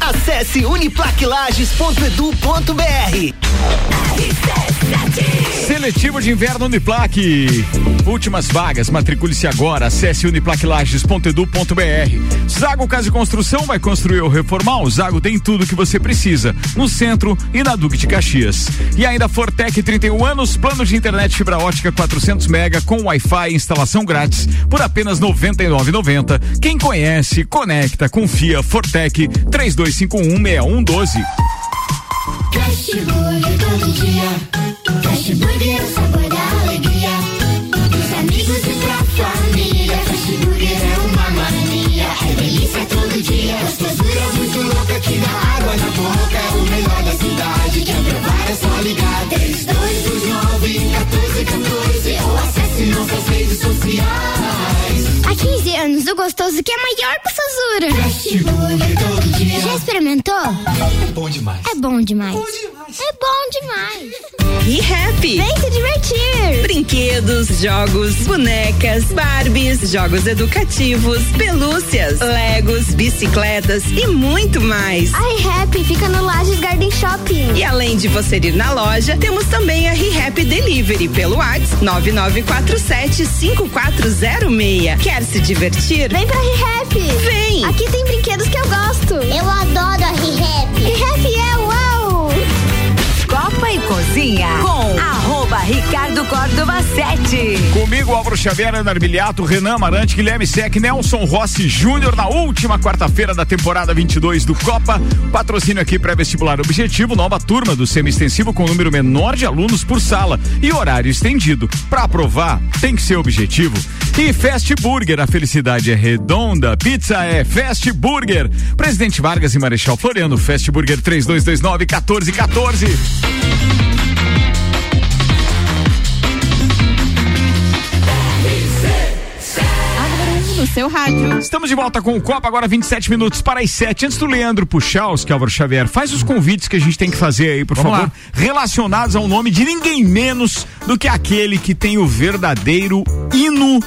K: Acesse uniplaquilages.edu.br.
C: Seletivo de Inverno Uniplaque. Últimas vagas, matricule-se agora. Acesse uniplaquilages.edu.br. Zago Casa e Construção vai construir ou reformar. O Zago tem tudo que você precisa no centro e na Duque de Caxias. E ainda Fortec 31 anos, plano de internet fibra ótica 400 mega com Wi-Fi e instalação grátis por apenas 99,90. Quem conhece, conecta, confia. Fortec 32516112.
A: Crash Burger todo dia. Crash Burger é o sabor da alegria. Dos amigos e pra família. Crash Burger é uma mania. É delícia todo dia. Gostosura muito louca que dá água na boca. É o melhor da cidade. Quer provar é só ligar. 3229 1414 ou acesse nossas redes sociais.
L: Há 15 anos, o gostoso que é maior que o
A: Crash Burger todo dia.
L: Já experimentou?
A: É bom demais.
L: É bom demais. É bom demais.
G: E Happy.
L: Vem se divertir.
G: Brinquedos, jogos, bonecas, Barbies, jogos educativos, pelúcias, Legos, bicicletas e muito mais.
L: A ReHap fica no Lages Garden Shopping.
G: E além de você ir na loja, temos também a ReHap Delivery pelo WhatsApp 99475406. Quer se divertir?
L: Vem pra ReHap.
G: Vem.
L: Aqui tem brinquedos que eu gosto.
M: Eu adoro a ReHap.
L: ReHap é uau.
N: Copa e Cozinha com arroba Ricardo Córdova 7.
C: Comigo, Álvaro Xavier, Ana Arbiliato, Renan Marante, Guilherme Sec, Nelson Rossi Júnior, na última quarta-feira da temporada 22 do Copa. Patrocínio aqui pré-vestibular objetivo, nova turma do semi-extensivo com número menor de alunos por sala e horário estendido. Para aprovar, tem que ser objetivo. E Fast Burger, a felicidade é redonda, pizza é Fast Burger. Presidente Vargas e Marechal Floriano, Fast Burger 3229 1414.
O: No seu rádio.
C: Estamos de volta com o Copa, agora 27 minutos para as 7. Antes do Leandro puxar os que Álvaro Xavier, faz os convites que a gente tem que fazer aí, por
E: Vamos
C: favor,
E: lá.
C: relacionados ao nome de ninguém menos do que aquele que tem o verdadeiro hino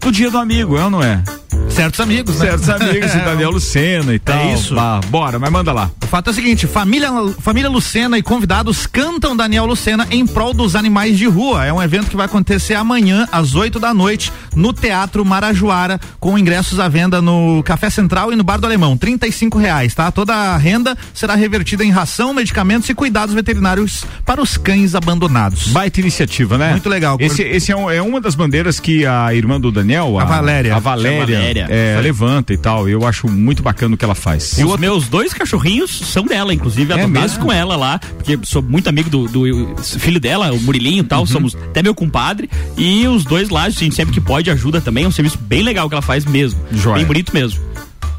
C: do Dia do Amigo, é ou não é?
E: Certos amigos, né?
C: Certos amigos,
E: É.
C: o Daniel Lucena e tal.
E: isso.
C: Bah, bora, mas manda lá.
E: O fato é o seguinte: família, família Lucena e convidados cantam Daniel Lucena em prol dos animais de rua. É um evento que vai acontecer amanhã, às 8 da noite, no Teatro Marajoara, com ingressos à venda no Café Central e no Bar do Alemão. 35 reais, tá? Toda a renda será revertida em ração, medicamentos e cuidados veterinários para os cães abandonados.
C: Baita iniciativa, né?
E: Muito legal.
C: Esse, esse é, um- é uma das bandeiras que a irmã do Daniel, a,
E: A Valéria.
C: a Valéria,
E: Chama Valéria.
C: é,
E: Isso aí.
C: levanta e tal. Eu acho muito bacana o que ela faz.
H: Os meus dois cachorrinhos são dela, inclusive, adotados
C: mesmo?
H: com ela lá, porque sou muito amigo do, do filho dela, o Murilinho e tal, somos até meu compadre, e os dois lá, a gente sempre que pode ajuda também, é um serviço bem legal que ela faz mesmo, bem bonito mesmo.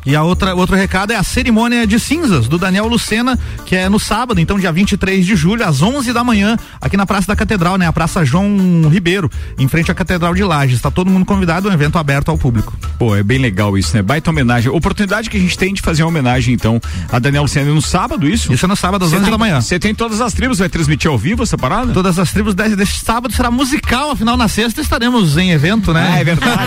E: E a outra, outro recado é a cerimônia de cinzas do Daniel Lucena, que é no sábado, então dia 23 de julho, às 11 da manhã, aqui na Praça da Catedral, né? A Praça João Ribeiro, em frente à Catedral de Lages. Está todo mundo convidado, é um evento aberto ao público.
C: Pô, é bem legal isso, né? Baita homenagem. Oportunidade que a gente tem de fazer uma homenagem, então, a Daniel Lucena. É no sábado, isso?
E: Isso é no sábado, às
C: Cê
E: 11
C: tem-
E: da manhã.
C: Você tem todas as tribos, vai transmitir ao vivo essa parada?
E: Todas as tribos dez deste sábado será musical, afinal na sexta estaremos em evento, né?
C: Ah, é verdade.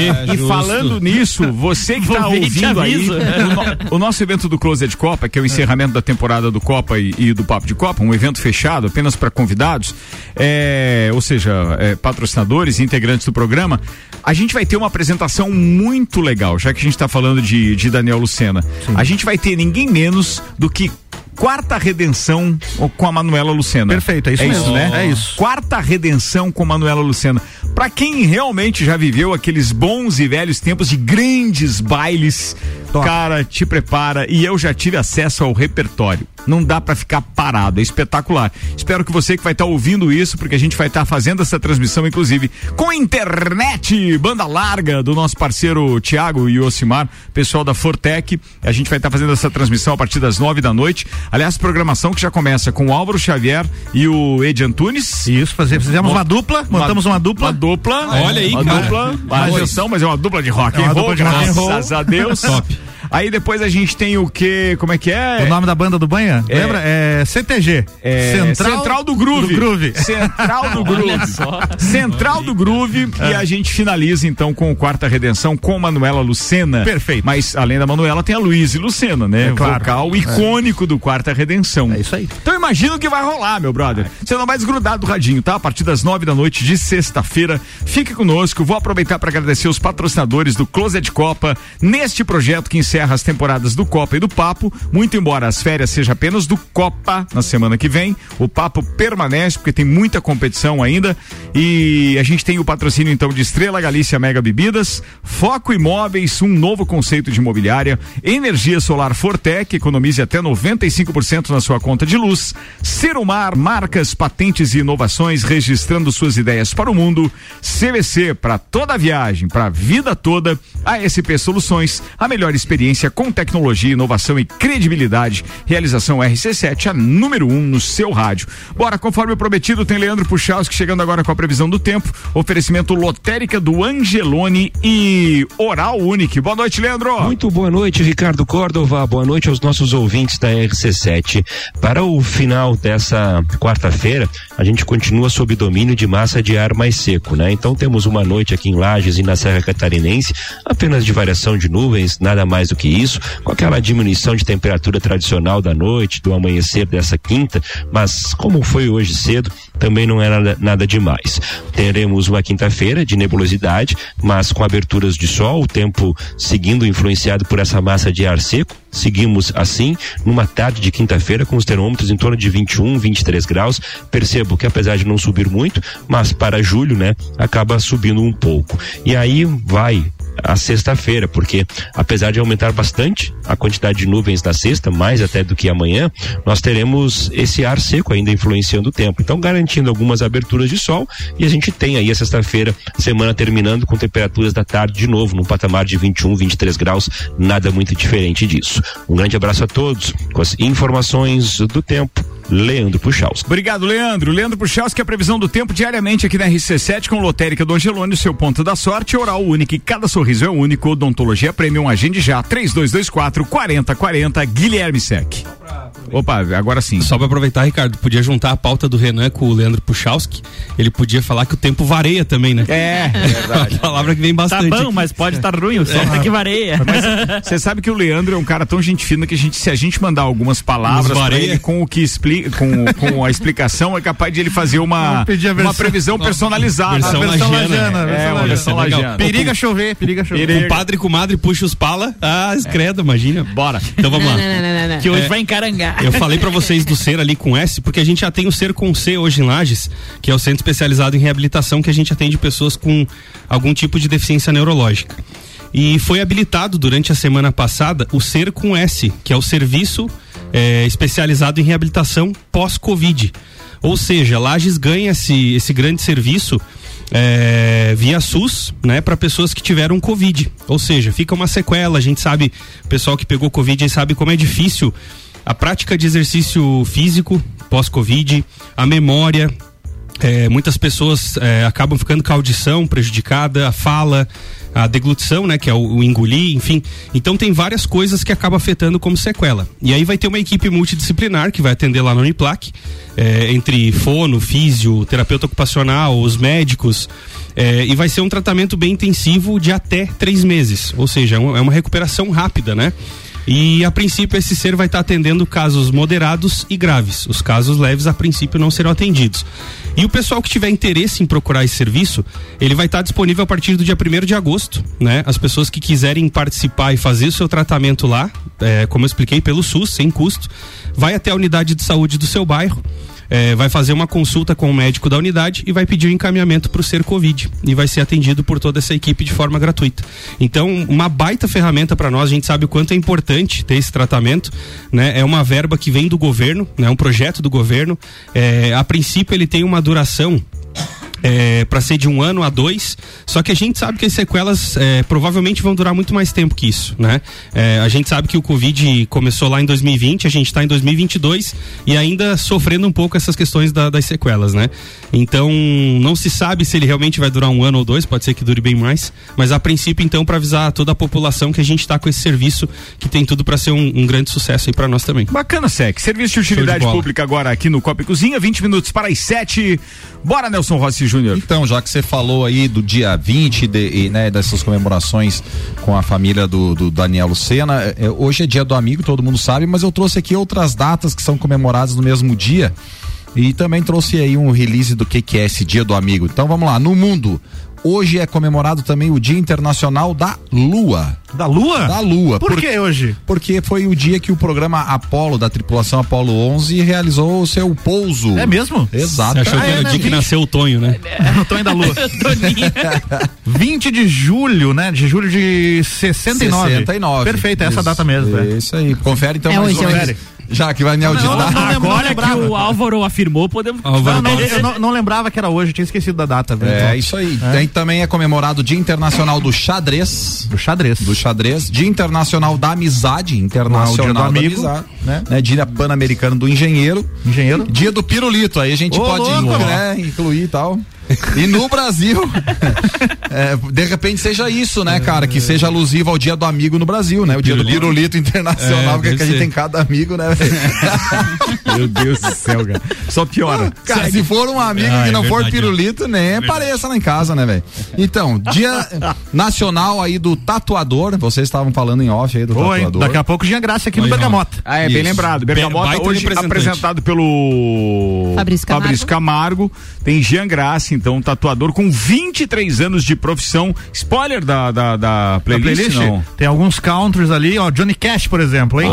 E: É,
C: e
E: justo.
C: falando nisso, você que
E: Vou
C: tá
E: ver e te
C: ouvindo aí, é,
E: aviso.
C: o, no- o nosso evento do Closet Copa, que é o encerramento da temporada do Copa e, e do Papo de Copa, um evento fechado apenas para convidados, é, ou seja, é, patrocinadores e integrantes do programa, a gente vai ter uma apresentação muito legal, já que a gente tá falando de, de Daniel Lucena. A gente vai ter ninguém menos do que quarta redenção com a Manuela Lucena.
E: Perfeito, é isso mesmo.
C: É isso. Quarta redenção com Manuela Lucena. Pra quem realmente já viveu aqueles bons e velhos tempos de grandes bailes, cara, te prepara e eu já tive acesso ao repertório. Não dá pra ficar parado, é espetacular. Espero que você que vai estar ouvindo isso, porque a gente vai estar fazendo essa transmissão inclusive com internet, banda larga do nosso parceiro Tiago e Osimar, pessoal da Fortec. A gente vai estar fazendo essa transmissão a partir das nove da noite. Aliás, programação que já começa com o Álvaro Xavier e o Edi Antunes.
E: Isso, fizemos uma dupla, montamos uma dupla.
C: Uma dupla.
E: Ah, olha aí,
C: uma
E: cara.
C: Dupla, uma
E: Mas-
C: injeção, mas é uma dupla de rock
E: É
C: and
E: uma
C: roll,
E: dupla de rock and roll.
C: graças a Deus.
E: Top.
C: Aí depois a gente tem o que, como é que é?
E: O nome da banda do banha?
C: É.
E: Lembra? É CTG.
C: É, Central, do Groove. Central do
E: Olha
C: Groove.
E: só. É.
C: Central do Groove. E a gente finaliza então com o Quarta Redenção com Manuela Lucena. Perfeito. Mas além da Manuela tem a Luiz Lucena, né?
E: É claro.
C: Vocal
E: É.
C: icônico do Quarta Redenção. É isso aí. Então imagina o que vai rolar, meu brother. Você é não vai desgrudar do radinho, tá? A partir das nove da noite de sexta-feira. Fique conosco. Vou aproveitar para agradecer os patrocinadores do Closet Copa neste projeto que encerra as temporadas do Copa e do Papo. Muito embora as férias seja apenas do Copa na semana que vem, o Papo permanece porque tem muita competição ainda e a gente tem o patrocínio então de Estrela Galícia Mega Bebidas, Foco Imóveis, um novo conceito de imobiliária, Energia Solar Fortec, economize até 95% na sua conta de luz, Serumar, marcas, patentes e inovações registrando suas ideias para o mundo, CVC para toda a viagem, para a vida toda, ASP Soluções, a melhor experiência com tecnologia, inovação e credibilidade. Realização RC7, a número 1 um no seu rádio. Bora, conforme prometido, tem Leandro Puchalski chegando agora com a previsão do tempo. Oferecimento lotérica do Angelone e Oral Unique. Boa noite, Leandro.
P: Muito boa noite, Ricardo Córdova. Boa noite aos nossos ouvintes da RC7. Para o final dessa quarta-feira, a gente continua sob domínio de massa de ar mais seco, né? Então temos uma noite aqui em Lages e na Serra Catarinense, apenas de variação de nuvens, nada mais do que isso, com aquela diminuição de temperatura tradicional da noite, do amanhecer dessa quinta, mas como foi hoje cedo, também não é nada, nada demais. Teremos uma quinta-feira de nebulosidade, mas com aberturas de sol, o tempo seguindo influenciado por essa massa de ar seco. Seguimos assim, numa tarde de quinta-feira, com os termômetros em torno de 21, 23 graus. Percebo que apesar de não subir muito, mas para julho, né, acaba subindo um pouco. E aí vai a sexta-feira, porque apesar de aumentar bastante a quantidade tá de nuvens na sexta, mais até do que amanhã, nós teremos esse ar seco ainda influenciando o tempo. Então, garantindo algumas aberturas de sol e a gente tem aí a sexta-feira, semana terminando com temperaturas da tarde de novo, num patamar de 21, 23 graus, nada muito diferente disso. Um grande abraço a todos, com as informações do tempo, Leandro Puxaus.
C: Obrigado, Leandro. Leandro Puchalski, a previsão do tempo diariamente aqui na RC7 com Lotérica do Angelone, o seu ponto da sorte, oral único e cada sorriso é único, odontologia premium, agende já, 3224 4040, Guilherme Sec. Opa, agora sim.
D: Só pra aproveitar, Ricardo, podia juntar a pauta do Renan com o Leandro Puchalski. Ele podia falar que o tempo vareia também, né?
C: É,
D: verdade. palavra que vem bastante.
C: bom,
D: mas
H: Tá pode estar ruim, o sol
D: É.
H: tá que vareia.
C: Você sabe que o Leandro é um cara tão gente fina que a gente, se a gente mandar algumas palavras
D: Nos
C: pra
D: vareia.
C: ele com o que explica, com, com a explicação, é capaz de ele fazer uma,
E: Eu pedi a
C: uma
E: versão-
C: previsão
E: Uma
C: personalizada.
E: versão
C: Uma
E: lajana,
C: lajana,
E: é,
C: É, uma
E: lajana.
C: versão
E: Legal.
C: lajana.
E: Periga chover, periga chover.
D: O padre com madre puxa os pala. Ah, credo, imagina.
C: Bora.
D: Então vamos lá.
H: Não, não, não, não, não. Que hoje vai encarangar.
D: Eu falei pra vocês do ser ali com S, porque a gente já tem o ser com C hoje em Lages, que é o centro especializado em reabilitação que a gente atende pessoas com algum tipo de deficiência neurológica. E foi habilitado durante a semana passada o ser com S, que é o serviço eh, especializado em reabilitação pós-Covid. Ou seja, Lages ganha esse, esse grande serviço é, via SUS, né, para pessoas que tiveram Covid. Ou seja, fica uma sequela. A gente sabe, o pessoal que pegou Covid aí sabe como é difícil a prática de exercício físico pós-Covid, a memória. é, muitas pessoas é, acabam ficando com a audição prejudicada, a fala, a deglutição, né, que é o, o engolir, enfim. Então tem várias coisas que acabam afetando como sequela. E aí vai ter uma equipe multidisciplinar que vai atender lá na Uniplac, é, entre fono, físio, terapeuta ocupacional, os médicos, é, e vai ser um tratamento bem intensivo de até três meses. Ou seja, é uma- é uma recuperação rápida, né? E a princípio esse ser vai estar atendendo casos moderados e graves. Os casos leves a princípio não serão atendidos. E o pessoal que tiver interesse em procurar esse serviço, ele vai estar disponível a partir do dia 1 de agosto, né? As pessoas que quiserem participar e fazer o seu tratamento lá, é, como eu expliquei, pelo SUS, sem custo, vai até a unidade de saúde do seu bairro. é, vai fazer uma consulta com o médico da unidade e vai pedir o encaminhamento para o ser Covid e vai ser atendido por toda essa equipe de forma gratuita. Então, uma baita ferramenta para nós, a gente sabe o quanto é importante ter esse tratamento, né? É uma verba que vem do governo, né? Um projeto do governo. É, a princípio, ele tem uma duração para ser de um ano a dois, só que a gente sabe que as sequelas é, provavelmente vão durar muito mais tempo que isso, né? É, a gente sabe que o Covid começou lá em 2020, a gente está em 2022 e ainda sofrendo um pouco essas questões da- das sequelas, né? Então não se sabe se ele realmente vai durar um ano ou dois, pode ser que dure bem mais, mas a princípio então para avisar toda a população que a gente está com esse serviço que tem tudo para ser um, um grande sucesso aí para nós também.
C: Bacana, Sec. Serviço de Utilidade pública agora aqui no Copa e Cozinha, 20 minutos para as 7. Bora, Nelson Rossi Júnior.
F: Então, já que você falou aí do dia 20 de, e, né, dessas comemorações com a família do, do Daniel Lucena, é, é, hoje é dia do amigo, todo mundo sabe, mas eu trouxe aqui outras datas que são comemoradas no mesmo dia. E também trouxe aí um release do que, que é esse dia do amigo. Então vamos lá, no mundo. Hoje é comemorado também o Dia Internacional da Lua.
E: Da Lua?
F: Da Lua. Ah,
E: Por que hoje?
F: Porque foi o dia que o programa Apolo, da tripulação Apolo 11, realizou o seu pouso.
E: É mesmo?
F: Exato.
D: Você achou
F: é,
D: que era o dia que nasceu o Tonho, né?
E: O Tonho da Lua. 20 de julho, né? De julho de 69.
F: 69.
E: Perfeito, é essa
F: Isso,
E: data mesmo. É
F: isso aí. Confere então
E: É
F: mais
E: hoje,
F: ou
E: é
F: menos.
E: hoje.
F: Já que vai me
E: Não,
F: auditar.
E: não, não, não,
H: Agora
E: não
H: é que
E: lembrava.
H: o Álvaro afirmou, podemos.
E: Não, não, eu não, não lembrava que era hoje, tinha esquecido da data. velho.
F: É, isso aí.
E: É.
F: Tem- também é comemorado o Dia Internacional do Xadrez.
E: Do xadrez.
F: Do xadrez. Dia Internacional da Amizade. Internacional
E: Ah, o
F: da
E: Dia do Amigo,
F: Amizade. Né? Dia Pan-Americano do Engenheiro.
E: Engenheiro.
F: Dia do Pirulito. Aí a gente
E: Ô,
F: pode
E: louco,
F: né, incluir e tal. E no Brasil, é, de repente seja isso, né, cara? Que seja alusivo ao dia do amigo no Brasil, né? O dia do pirulito
C: É,
F: internacional, porque
C: deve
F: que a gente
C: ser.
F: tem cada amigo, né?
C: Meu Deus do céu, cara. Só piora.
F: Ah, Cara,
C: Segue.
F: se for um amigo
C: Ah,
F: que
C: é
F: não for
C: verdade,
F: pirulito, nem
C: É verdade.
F: apareça lá em casa, né, velho? Então, dia nacional aí do tatuador. Vocês estavam falando em off aí do
E: Oi,
F: tatuador.
E: daqui a pouco tinha graça aqui no Bergamota.
C: Ah, é bem
F: Isso.
C: lembrado. Bergamota
F: Baita
C: hoje
F: representante.
C: apresentado pelo
F: Fabrício Camargo.
C: Fabrício Camargo. Tem Jean Graça, então, um tatuador com 23 anos de profissão. Spoiler da, da, da playlist, não?
E: Tem alguns countries ali, ó. Johnny Cash, por exemplo, hein?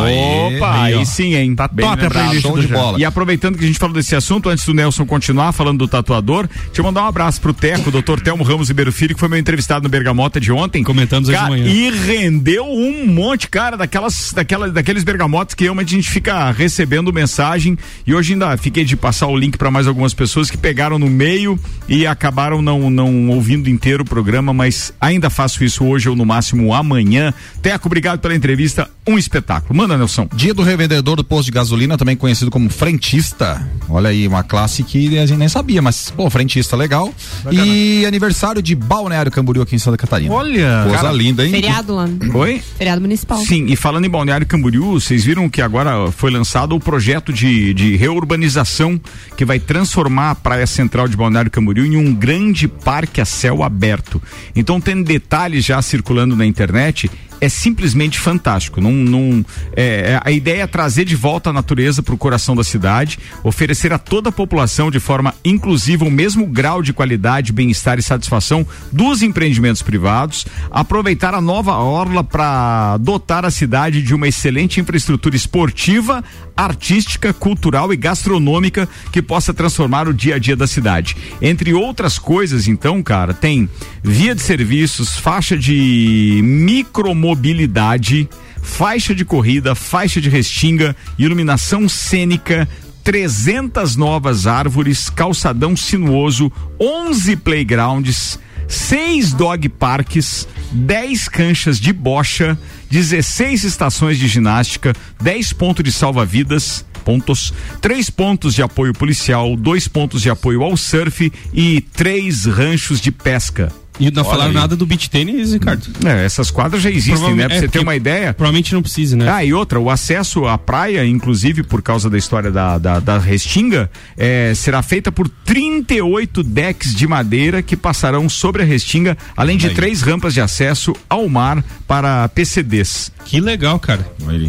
C: Opa, aí, sim, hein? Tá
E: top a playlist do Jean.
C: E aproveitando que a gente falou desse assunto, antes do Nelson continuar falando do tatuador, deixa eu mandar um abraço pro Teco, doutor Telmo Ramos Ribeiro Filho, que foi meu entrevistado no Bergamota de ontem.
D: Comentamos hoje de manhã.
C: E rendeu um monte, cara, daquelas, daquela, daqueles bergamotas que realmente a gente fica recebendo mensagem. E hoje ainda fiquei de passar o link para mais algumas pessoas que pegaram no meio e acabaram não, não ouvindo inteiro o programa, mas ainda faço isso hoje ou no máximo amanhã. Teco, obrigado pela entrevista. Um espetáculo. Manda, Nelson.
F: Dia do revendedor do posto de gasolina, também conhecido como frentista. Olha aí, uma classe que a gente nem sabia, mas, pô, frentista legal. E aniversário de Balneário Camboriú aqui em Santa Catarina.
C: Olha!
F: Coisa
C: Cara,
F: linda, hein?
G: Feriado lá. né?
C: Oi?
G: Feriado municipal.
C: Sim, e falando em Balneário Camboriú, vocês viram que agora foi lançado o projeto de, de reurbanização que vai transformar a praia central de Balneário Camboriú em um grande parque a céu aberto. Então tem detalhes já circulando na internet, é simplesmente fantástico. Não, não, é, é- a ideia é trazer de volta a natureza para o coração da cidade, oferecer a toda a população de forma inclusiva o mesmo grau de qualidade, bem-estar e satisfação dos empreendimentos privados, aproveitar a nova orla para dotar a cidade de uma excelente infraestrutura esportiva, artística, cultural e gastronômica que possa transformar o dia a dia da cidade. Entre outras coisas, então, cara, tem via de serviços, faixa de micromobilidade, faixa de corrida, faixa de restinga, iluminação cênica, 300 novas árvores, calçadão sinuoso, 11 playgrounds, 6 dog parques, 10 canchas de bocha, 16 estações de ginástica, 10 pontos de salva-vidas, pontos, 3 pontos de apoio policial, 2 pontos de apoio ao surf e 3 ranchos de pesca.
D: E não falaram
C: aí.
D: nada do beach tênis, Ricardo.
C: É, essas quadras já existem,
D: Provavelmente-
C: né? Pra
D: é,
C: você ter
D: porque
C: uma ideia.
D: Provavelmente não precisa, né?
C: Ah, e outra, o acesso à praia, inclusive por causa da história da, da, da restinga, eh, será feita por 38 decks de madeira que passarão sobre a restinga, além de três rampas de acesso ao mar para PCDs.
D: Que legal, cara.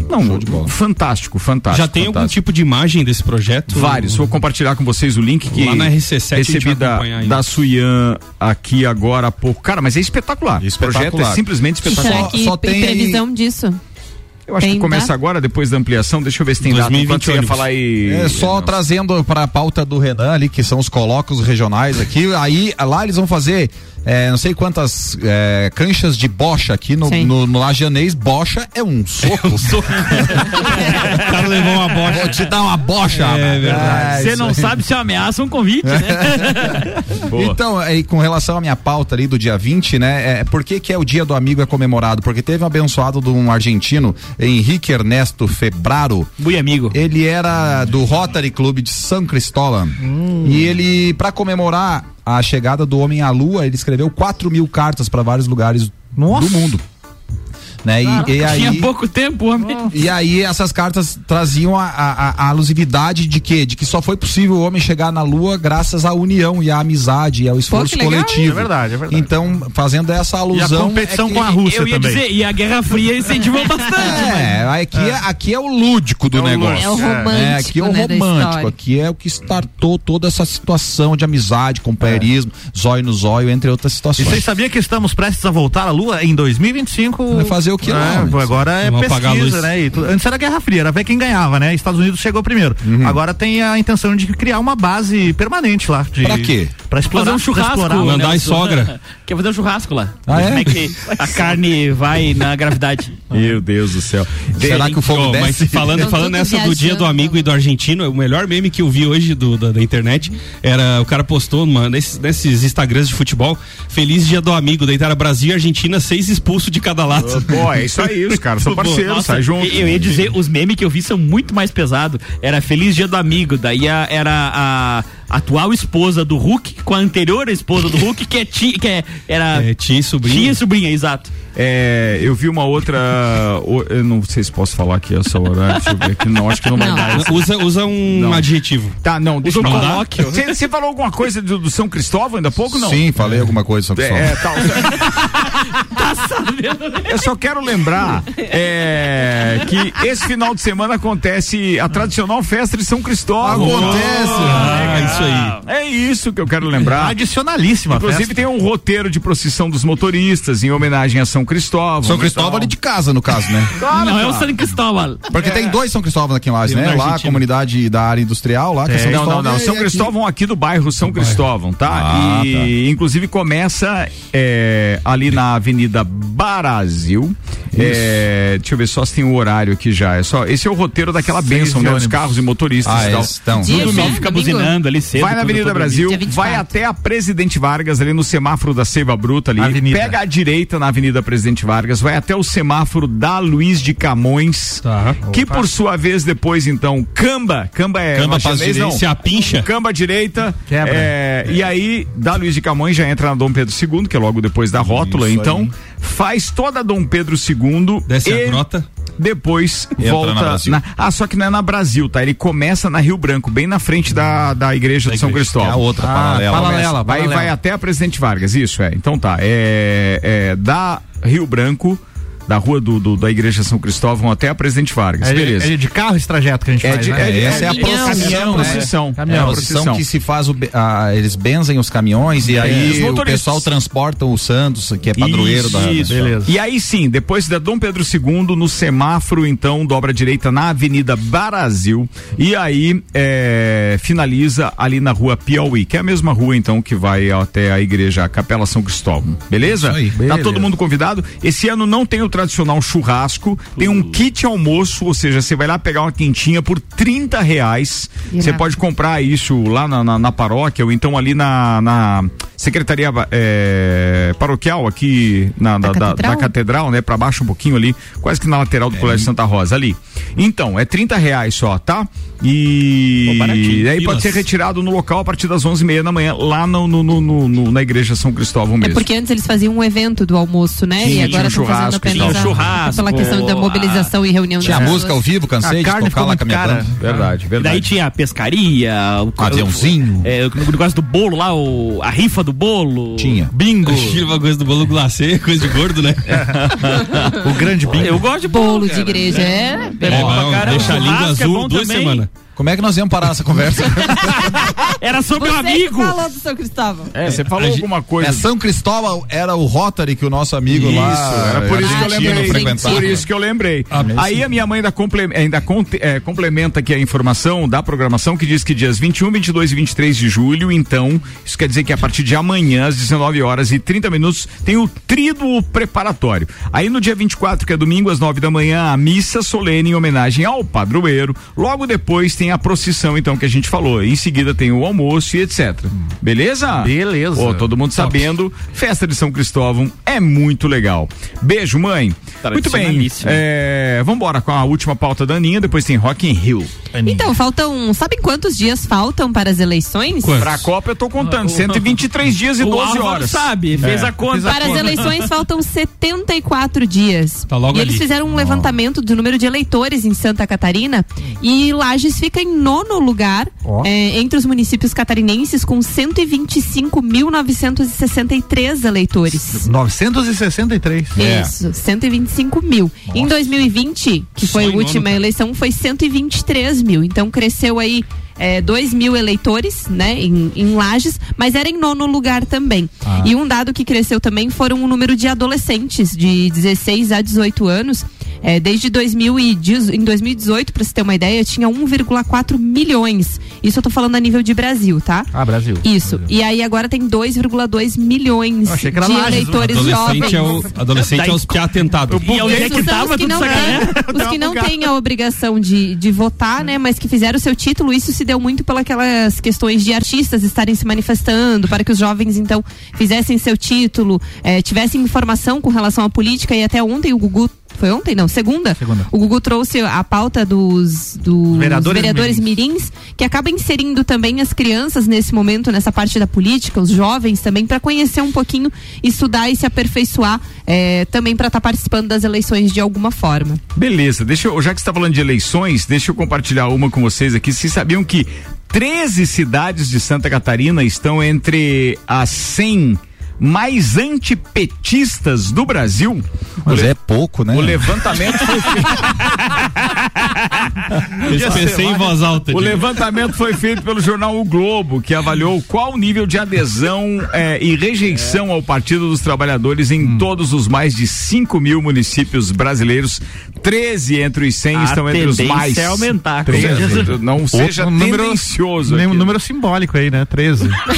C: Não, fantástico, fantástico.
D: Já tem algum
C: fantástico.
D: tipo de imagem desse projeto?
C: Vários. Vou compartilhar com vocês o link que
D: Lá na RC7 a gente
C: recebi
D: vai
C: da,
D: acompanhar aí.
C: da Suyan aqui agora há pouco. Cara, mas é espetacular. Esse projeto é
F: Espetacular.
C: simplesmente espetacular.
G: Será que tem previsão disso?
C: Eu acho que começa agora, depois da ampliação. Deixa eu ver se tem data. Enquanto você ia falar aí.
F: É, só trazendo para a pauta do Renan ali, que são os colóquios regionais aqui. Aí lá eles vão fazer é, não sei quantas é, canchas de bocha aqui no, no, no Lajanês. Bocha é um soco.
D: O cara levou uma bocha.
F: Vou te dar uma bocha.
H: É
F: rapaz.
H: verdade.
F: É,
H: Você
F: isso
H: não
F: aí.
H: sabe se é uma ameaça ou um convite, né?
F: Então, aí, com relação à minha pauta ali do dia 20, né? É, por que, que é o dia do amigo é comemorado? Porque teve um abençoado de um argentino, Henrique Ernesto Febraro.
H: Bui amigo.
F: Ele era do Rotary Club de São Cristóvão.
H: Hum.
F: E ele, pra comemorar a chegada do homem à lua, ele escreveu 4 mil cartas pra vários lugares do mundo. Né? E-
H: Caraca,
F: e aí,
H: Tinha pouco tempo, homem.
C: Oh.
F: e aí essas cartas traziam a, a- a- a alusividade de quê? De que só foi possível o homem chegar na Lua graças à união e à amizade e ao esforço
H: que legal, hein?
F: coletivo.
H: É verdade, é verdade.
F: Então, fazendo essa alusão. é que-
H: Eu ia dizer, e a Guerra Fria incentivou bastante.
F: É, aqui, é- aqui é o lúdico do
H: É o
F: negócio.
H: lúdico. É o
F: Né? Aqui é o
H: romântico, né, da
F: romântico.
H: história.
F: Aqui é o que startou toda essa situação de amizade, companheirismo, zóio no zóio, entre outras
E: E
F: situações.
E: vocês sabiam que estamos prestes a voltar à Lua em 2025?
F: Vai fazer o que lá,
E: É,
F: mas-
E: agora é
F: Vamos apagar a
E: pesquisa,
F: luz.
E: né? E tudo- Antes era Guerra Fria, era ver quem ganhava, né? Estados Unidos chegou primeiro.
C: Uhum.
E: Agora tem a intenção de criar uma base permanente lá. De,
F: Pra quê?
E: Pra explorar.
H: fazer um churrasco.
E: pra explorar o
H: né,
E: Nelson.
H: Quer fazer um churrasco lá.
E: Ah, é?
H: Como é que a carne vai na gravidade?
C: Meu Deus do céu.
H: Será que o fogo
D: Ô, mas
H: desce?
D: falando,
H: Tão
D: falando
H: tudo
D: nessa do dia
H: viajando,
D: do amigo e do argentino, o melhor meme que eu vi hoje do- da, da internet era o cara postou numa- nesses, nesses Instagrams de futebol, feliz dia do amigo, deitaram Brasil e Argentina, seis expulsos de cada lado.
C: Pô, é isso aí, os caras são
H: Pô,
C: parceiros,
H: nossa,
C: sai junto.
H: Eu ia dizer, os memes que eu vi são muito mais pesados. Era Feliz Dia do Amigo, daí a- era a atual esposa do Hulk com a anterior esposa do Hulk, que é ti, que é, era
D: tia e sobrinha.
H: Tia e sobrinha, exato.
C: É, eu vi uma outra. o- Eu não sei se posso falar aqui essa hora. né? Deixa eu ver aqui. Não, acho que não vai
D: Não.
C: dar.
D: Ah, Usa- usa um adjetivo.
C: Tá, não, deixa
D: Usa um
C: eu falar.
D: colóquio.
C: Você você falou alguma coisa do, do São Cristóvão ainda há pouco, não?
F: Sim, falei alguma coisa sobre
C: É, é,
F: isso.
C: tal. Eu só quero lembrar é, que esse final de semana acontece a tradicional festa de São Cristóvão.
F: Acontece.
C: Ah,
D: isso aí.
C: É isso que eu quero lembrar.
E: Adicionalíssima
C: Inclusive
E: festa.
C: tem um roteiro de procissão dos motoristas em homenagem a São Cristóvão.
F: São Cristóvão ali de casa, no caso, né?
C: Claro,
H: Não, é o
C: cara.
H: San Cristóbal.
F: Porque tem dois São Cristóvão aqui em Lages,
C: E um
F: né?
C: na
F: Lá, a
C: Argentina.
F: comunidade da área industrial, lá que é,
C: É,
F: São
C: não,
F: Cristóvão.
C: não, não.
F: é-
C: São
F: é
C: Cristóvão aqui do bairro São Cristóvão, tá?
F: Ah,
C: e inclusive começa é, ali na Avenida Brasil. É, deixa eu ver só se tem o horário aqui já. É só, esse é o roteiro daquela
F: Seis
C: bênção,
F: de
C: né? Dos
F: ônibus.
C: carros e motoristas
F: Ah,
C: e tal.
F: eles estão.
C: No
F: Dia
C: domingo.
F: só,
H: Fica domingo? buzinando ali cedo,
C: Vai na
H: quando
C: Avenida
H: todo
C: Brasil,
H: dia 24.
C: vai até a Presidente Vargas, ali no semáforo da Seiva Bruta ali.
E: Avenida.
C: Pega a direita na Avenida Presidente Vargas, vai até o semáforo da Luiz de Camões.
D: Tá.
C: Que por sua vez depois então camba, camba é
D: Camba
C: uma
D: pra
C: chinês,
D: direita,
C: não.
D: se a pincha.
C: Camba à direita.
D: Quebra.
C: é, E aí, da Luiz de Camões já entra na Dom Pedro II, que é logo depois da rótula.
D: Isso
C: então,
D: aí.
C: faz toda a Dom Pedro II.
D: Desce a
C: e
D: grota.
C: Depois
D: Entra
C: volta.
D: na Brasil.
C: na- Ah, só que não é na Brasil, tá? Ele começa na Rio Branco, bem na frente da, da igreja de São Cristóvão.
F: É a outra,
C: Ah,
F: paralela.
C: Paralela, vai,
F: Paralela.
C: vai até a Presidente Vargas, isso é. Então tá, é, é da Rio Branco, da rua do, do- da Igreja São Cristóvão até a Presidente Vargas,
E: É,
C: beleza.
E: de- é de carro esse trajeto que a gente
C: É
E: faz,
C: de-
E: né?
C: é de-
F: Essa é a
C: Caminhão,
F: procissão,
C: né? Procissão. É.
F: É a procissão que se faz, o be- ah, eles benzem os caminhões e
C: Os
F: aí o
C: motoristas.
F: pessoal transporta o Santos, que é padroeiro
C: Isso,
F: da...
C: isso. E aí sim, depois da Dom Pedro II, no semáforo, então, dobra à direita na Avenida Brasil. E aí é, finaliza ali na rua Piauí, que é a mesma rua, então, que vai até a igreja a Capela São Cristóvão. Beleza?
F: Isso aí.
C: Tá
F: Beleza.
C: todo mundo convidado. Esse ano não tem o tradicional churrasco, tem um kit almoço, ou seja, você vai lá pegar uma quentinha por 30 reais. Você
G: Irado.
C: pode comprar isso lá na, na- na paróquia ou então ali na, na Secretaria eh, Paroquial aqui na, da, da- da catedral? né? Pra baixo um pouquinho ali, quase que na lateral do Colégio Santa Rosa ali. Então, é 30 reais só, tá? E
D: baratinho.
C: aí
D: Pilas.
C: pode ser retirado no local a partir das 11 h 30 da manhã, lá no, no- no- no- no- na Igreja São Cristóvão
G: É
C: mesmo.
G: porque antes eles faziam um evento do almoço, né?
C: Sim,
G: e agora
C: tinha um
G: estão fazendo
C: churrasco,
G: apenas
H: Churrasquinho,
F: Natal.
H: churrasco.
G: Pela questão da mobilização e reunião
C: É.
F: Tinha
G: das
F: música ao
G: pessoas.
F: vivo, cansei de tocar Tá lá com a minha banda. Verdade, verdade.
H: Daí tinha a pescaria, o O,
F: Aviãozinho.
H: é, o negócio do bolo lá, o, a rifa do bolo. Tinha.
F: Bingo.
D: Uma coisa do bolo glacê, coisa de gordo, né?
E: o grande bingo.
H: Eu gosto de
G: bolo de igreja, é.
D: É, bom pra caramba. Deixa a língua
F: Churrasco é
D: azul
F: bom
D: duas
F: também.
D: semanas.
F: Como é que nós íamos parar essa conversa?
H: Era sobre
G: Você que falou do São Cristóvão.
C: É, você falou
F: A gente-
C: alguma coisa.
F: É, São Cristóvão era o Rotary que o nosso amigo
C: Isso,
F: lá.
C: era por isso que eu
F: argentino
C: lembrei.
F: frequentava.
C: Por isso que eu lembrei.
F: Ah, mesmo.
C: Aí a minha mãe ainda, comple- ainda conte- eh, complementa aqui a informação da programação que diz que dias 21, 22 e 23 de julho, então, isso quer dizer que a partir de amanhã, às 19 horas e 30 minutos, tem o tríduo preparatório. Aí no dia 24, que é domingo, às 9 da manhã, a missa solene em homenagem ao padroeiro. Logo depois tem a procissão, então, que a gente falou. Em seguida tem o almoço e etc. Beleza? Beleza. todo mundo sabendo, festa de São Cristóvão é muito legal. Beijo, mãe. Muito bem.
H: Tradicionalíssimo.
C: É, vambora com a última pauta da Aninha, depois tem Rock in Rio.
G: Então, faltam. Sabem quantos dias faltam para as eleições?
C: Pra Copa eu tô contando, 123 dias e
H: O
C: 12
H: Álvaro
C: horas.
H: sabe, fez a conta. Fez a
G: Para as
H: conta.
G: eleições faltam 74 dias.
H: Tá logo
G: e eles
H: ali.
G: fizeram um levantamento do número de eleitores em Santa Catarina e Lages fica em nono lugar
Q: Ó.
G: eh, entre os municípios catarinenses com 125.963 eleitores.
E: 963.
C: É.
G: Isso, 125 mil. Em 2020, que foi
E: Só em
G: a
E: nono,
G: última
E: cara.
G: eleição, foi 123 mil. Então cresceu aí é, 2 mil eleitores, né, em, em Lages, mas era em nono lugar também.
Q: Ah.
G: E um dado que cresceu também foram o número de adolescentes de 16 a 18 anos. É, desde 2010, em 2018, para você ter uma ideia, tinha 1,4 milhões. Isso eu tô falando a nível de Brasil, tá?
E: Ah, Brasil.
G: Isso. E aí agora tem 2,2 milhões
D: Eu achei que
G: de
D: era Lages,
G: eleitores jovens.
D: adolescente é o, adolescente é os piá tentado.
H: E onde é que
G: Esses são
H: tava
G: os que
H: tudo
G: não
H: sacanagem?
G: têm,
C: Tá
G: os que não têm a obrigação de, de votar, né? Mas que fizeram o seu título, isso se deu muito pelas questões de artistas estarem se manifestando, para que os jovens, então, fizessem seu título, eh, tivessem informação com relação à política. E até ontem o Gugu. Foi ontem? Não, segunda.
Q: Segunda.
G: O Gugu trouxe a pauta dos, dos
Q: Vereadores
G: vereadores, mirins, que acaba inserindo também as crianças nesse momento, nessa parte da política, os jovens também, para conhecer um pouquinho, estudar e se aperfeiçoar eh, também para estar participando das eleições de alguma forma.
C: Beleza, deixa eu, já que você está falando de eleições, deixa eu compartilhar uma com vocês aqui. Vocês sabiam que 13 cidades de Santa Catarina estão entre as 100 mais antipetistas do Brasil?
F: Mas é pouco, né?
C: O levantamento foi
D: Eu pensei em voz alta.
C: O
D: digo.
C: levantamento foi feito pelo jornal O Globo, que avaliou qual o nível de adesão eh, e rejeição ao Partido dos Trabalhadores em
H: Hum.
C: todos os mais de 5 mil municípios brasileiros. 13 entre os 100
H: A
C: estão entre os
H: tendência
C: mais.
H: é aumentar, com
C: 13.
H: certeza.
C: Não
H: Outro
C: seja
H: número-
C: tendencioso.
E: Tem um
C: aqui.
E: número simbólico aí, né? 13.
C: Nada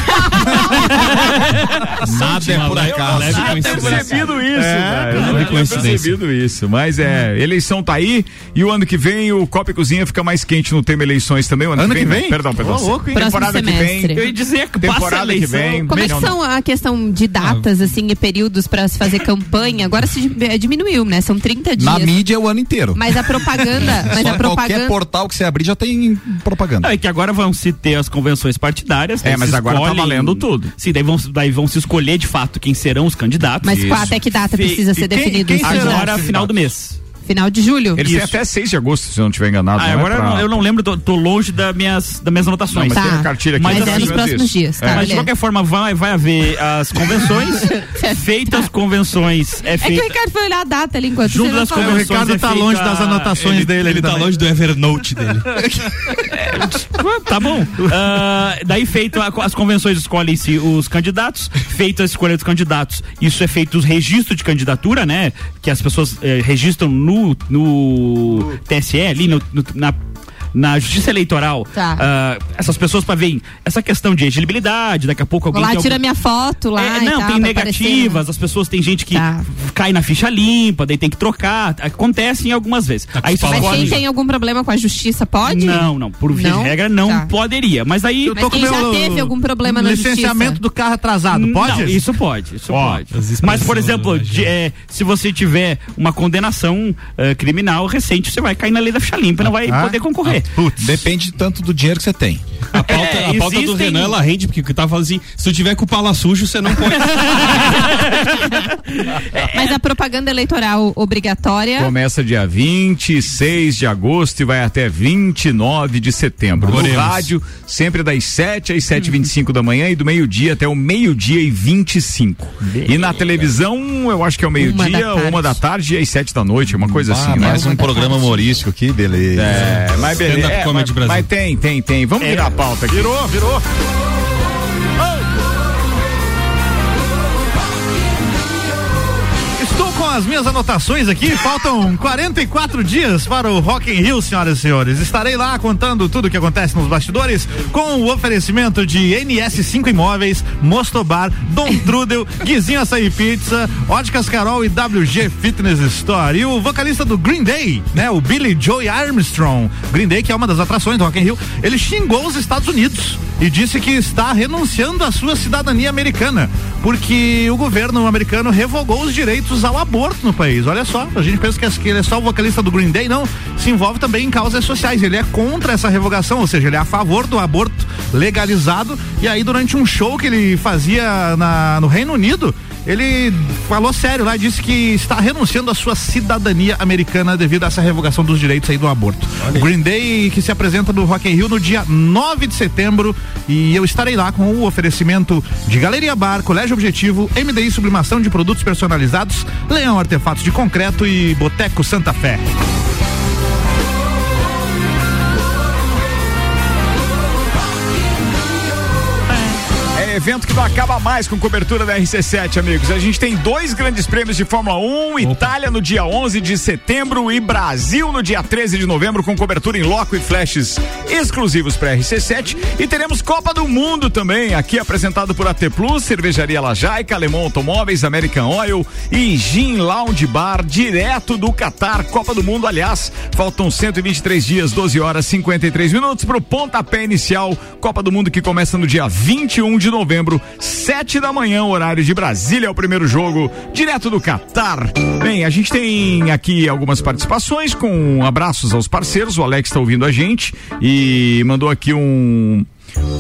E: é por acaso.
D: Ah,
C: Eu não
E: Leve
C: tinha
E: coincidência.
C: percebido isso,
E: É,
C: velho.
E: leve
C: Eu não tinha
E: coincidência.
C: percebido isso. Mas é, eleição tá aí e o ano que vem o Copa e Cozinha fica mais quente no tema eleições também. O ano,
E: Ano
C: que
E: que
C: vem? né?
E: vem?
C: Perdão, perdão.
E: Ô, louco, hein?
C: Temporada
G: Próximo
C: que vem.
G: semestre. Eu ia
H: dizer que
C: Temporada
H: passa a
C: que
H: eleição.
C: vem.
G: Como é que
C: Não,
G: são a questão de
F: Ah.
G: datas, assim, e períodos para se fazer campanha? Agora se di- eh, diminuiu, né? São 30 dias.
F: Na mídia é o ano inteiro. É
G: Mas a propaganda, mas
F: Só
G: a
F: Qualquer
G: propaganda
F: portal que você abrir já tem propaganda.
H: Não, é que agora vão se ter as convenções partidárias.
F: É,
H: daí
F: mas
H: se
F: agora tá valendo
H: tudo. Sim, daí vão, daí vão se escolher de fato quem serão os candidatos.
G: Mas qual- até que data precisa ser definido os candidatos?
H: Agora, é final do mês.
G: final de julho.
C: Eles têm até 6 de agosto, se eu não estiver enganado.
H: Ah,
C: não é
H: agora eu
C: pra-
H: não- eu não lembro, tô, tô longe das minhas, das minhas anotações.
C: Não, mas Tá. tem a cartilha aqui,
H: Mas,
C: mais ou
H: assim,
C: menos Mas nos próximos isso. dias, tá,
H: Mas de
C: beleza.
H: qualquer forma, vai, vai haver as convenções. feitas as convenções. É,
G: É que o
H: feita,
G: Ricardo foi olhar a data ali enquanto
H: Junto
G: você
H: das
G: falou.
H: convenções. é
E: tá
H: feita- ele-
D: Ele tá longe do Evernote dele.
H: Tá bom. Ah, daí feito a- as convenções escolhem-se os candidatos, feita a escolha dos candidatos, isso é feito o registro de candidatura, né? Que as pessoas eh, registram no, no TSE, ali no- no- na. Na justiça eleitoral,
G: Tá.
H: ah, essas pessoas para ver essa questão de elegibilidade, daqui a pouco
G: Vou
H: alguém.
G: lá,
H: tem
G: tira
H: algum-
G: minha foto lá.
H: é,
G: e
H: não,
G: tal,
H: tem
G: pra aparecer, né?
H: negativas, as pessoas tem gente que
G: Tá.
H: cai na ficha limpa, daí tem que trocar. Acontece em algumas vezes. Aí você
G: Mas
H: escolhe-
G: quem tem algum problema com a justiça pode?
H: Não, não, por via
G: Não? Tá.
H: de regra não poderia. Mas aí
G: Mas quem já teve algum problema na
E: Licenciamento
G: justiça?
E: do carro atrasado, pode?
H: Não, isso pode, isso pode.
E: as
H: Mas, por exemplo, de- é, se você tiver uma condenação eh, criminal recente, você vai cair na lei da ficha limpa, não vai
F: Ah,
H: poder concorrer.
F: Depende tanto do dinheiro que você tem.
D: A pauta,
H: É,
D: a pauta do
H: existem-
D: Renan, ela rende, porque tá falando assim, se tu tiver com o pala sujo, você não pode.
F: É.
G: Mas a propaganda eleitoral obrigatória.
C: Começa dia 26 de agosto e vai até 29 de setembro. No
D: Veremos.
C: rádio, sempre das 7 às 7h25 da manhã e do meio-dia até o meio-dia e 25. E na televisão, eu acho que é o meio-dia,
F: tarde.
C: uma da tarde e às 7 da noite, uma coisa
F: Ah,
C: assim.
F: mais um programa
C: humorístico aqui, beleza. É, mas beleza.
F: Stand-up
C: É,
F: Comedy
C: mas,
F: Brasil.
C: mas tem, tem, tem. Vamos
F: É.
C: virar a pauta aqui.
E: Virou, virou. Estou com as minhas anotações aqui. Faltam 44 dias para o Rock in Rio, senhoras e senhores. Estarei lá contando tudo o que acontece nos bastidores com o oferecimento de NS5 Imóveis, Mostobar, Dom Trudel, Guizinho Açaí Pizza, Óticas Carol e WG Fitness Store. E o vocalista do Green Day, né, o Billy Joy Armstrong, Green Day que é uma das atrações do Rock in Rio, ele xingou os Estados Unidos e disse que está renunciando à sua cidadania americana, porque o governo americano revogou os direitos ao aborto no país. Olha só, a gente pensa que esse- que ele é só o vocalista do Green Day, não, se envolve também em causas sociais. Ele é contra essa revogação, ou seja, ele é a favor do aborto legalizado. E aí, durante um show que ele fazia na- no Reino Unido, ele falou sério lá, disse que está renunciando à sua cidadania americana devido a essa revogação dos direitos aí do aborto. O Green Day que se apresenta no Rock in Rio no dia 9 de setembro e eu estarei lá com o oferecimento de Galeria Bar, Colégio Objetivo, MDI Sublimação de Produtos Personalizados, Leão Artefatos de Concreto e Boteco Santa Fé.
C: É evento que não acaba mais com cobertura da RC7, amigos. A gente tem dois grandes prêmios de Fórmula 1, Itália no dia 11 de setembro e Brasil no dia 13 de novembro com cobertura em loco e flashes exclusivos para RC7 e teremos Copa do Mundo também, aqui apresentado por AT Plus, Cervejaria Lajaica, Alemão Automóveis, American Oil e Gin Lounge Bar, direto do Qatar, Copa do Mundo, aliás, faltam 123 dias, 12 horas 53 minutos para o pontapé inicial, Copa do Mundo que começa no dia 21 de novembro, 7 da manhã, horário de Brasília, é o primeiro jogo, direto do Qatar. Bem, a gente tem aqui algumas participações com abraços aos parceiros, o Alex está ouvindo a gente e mandou aqui um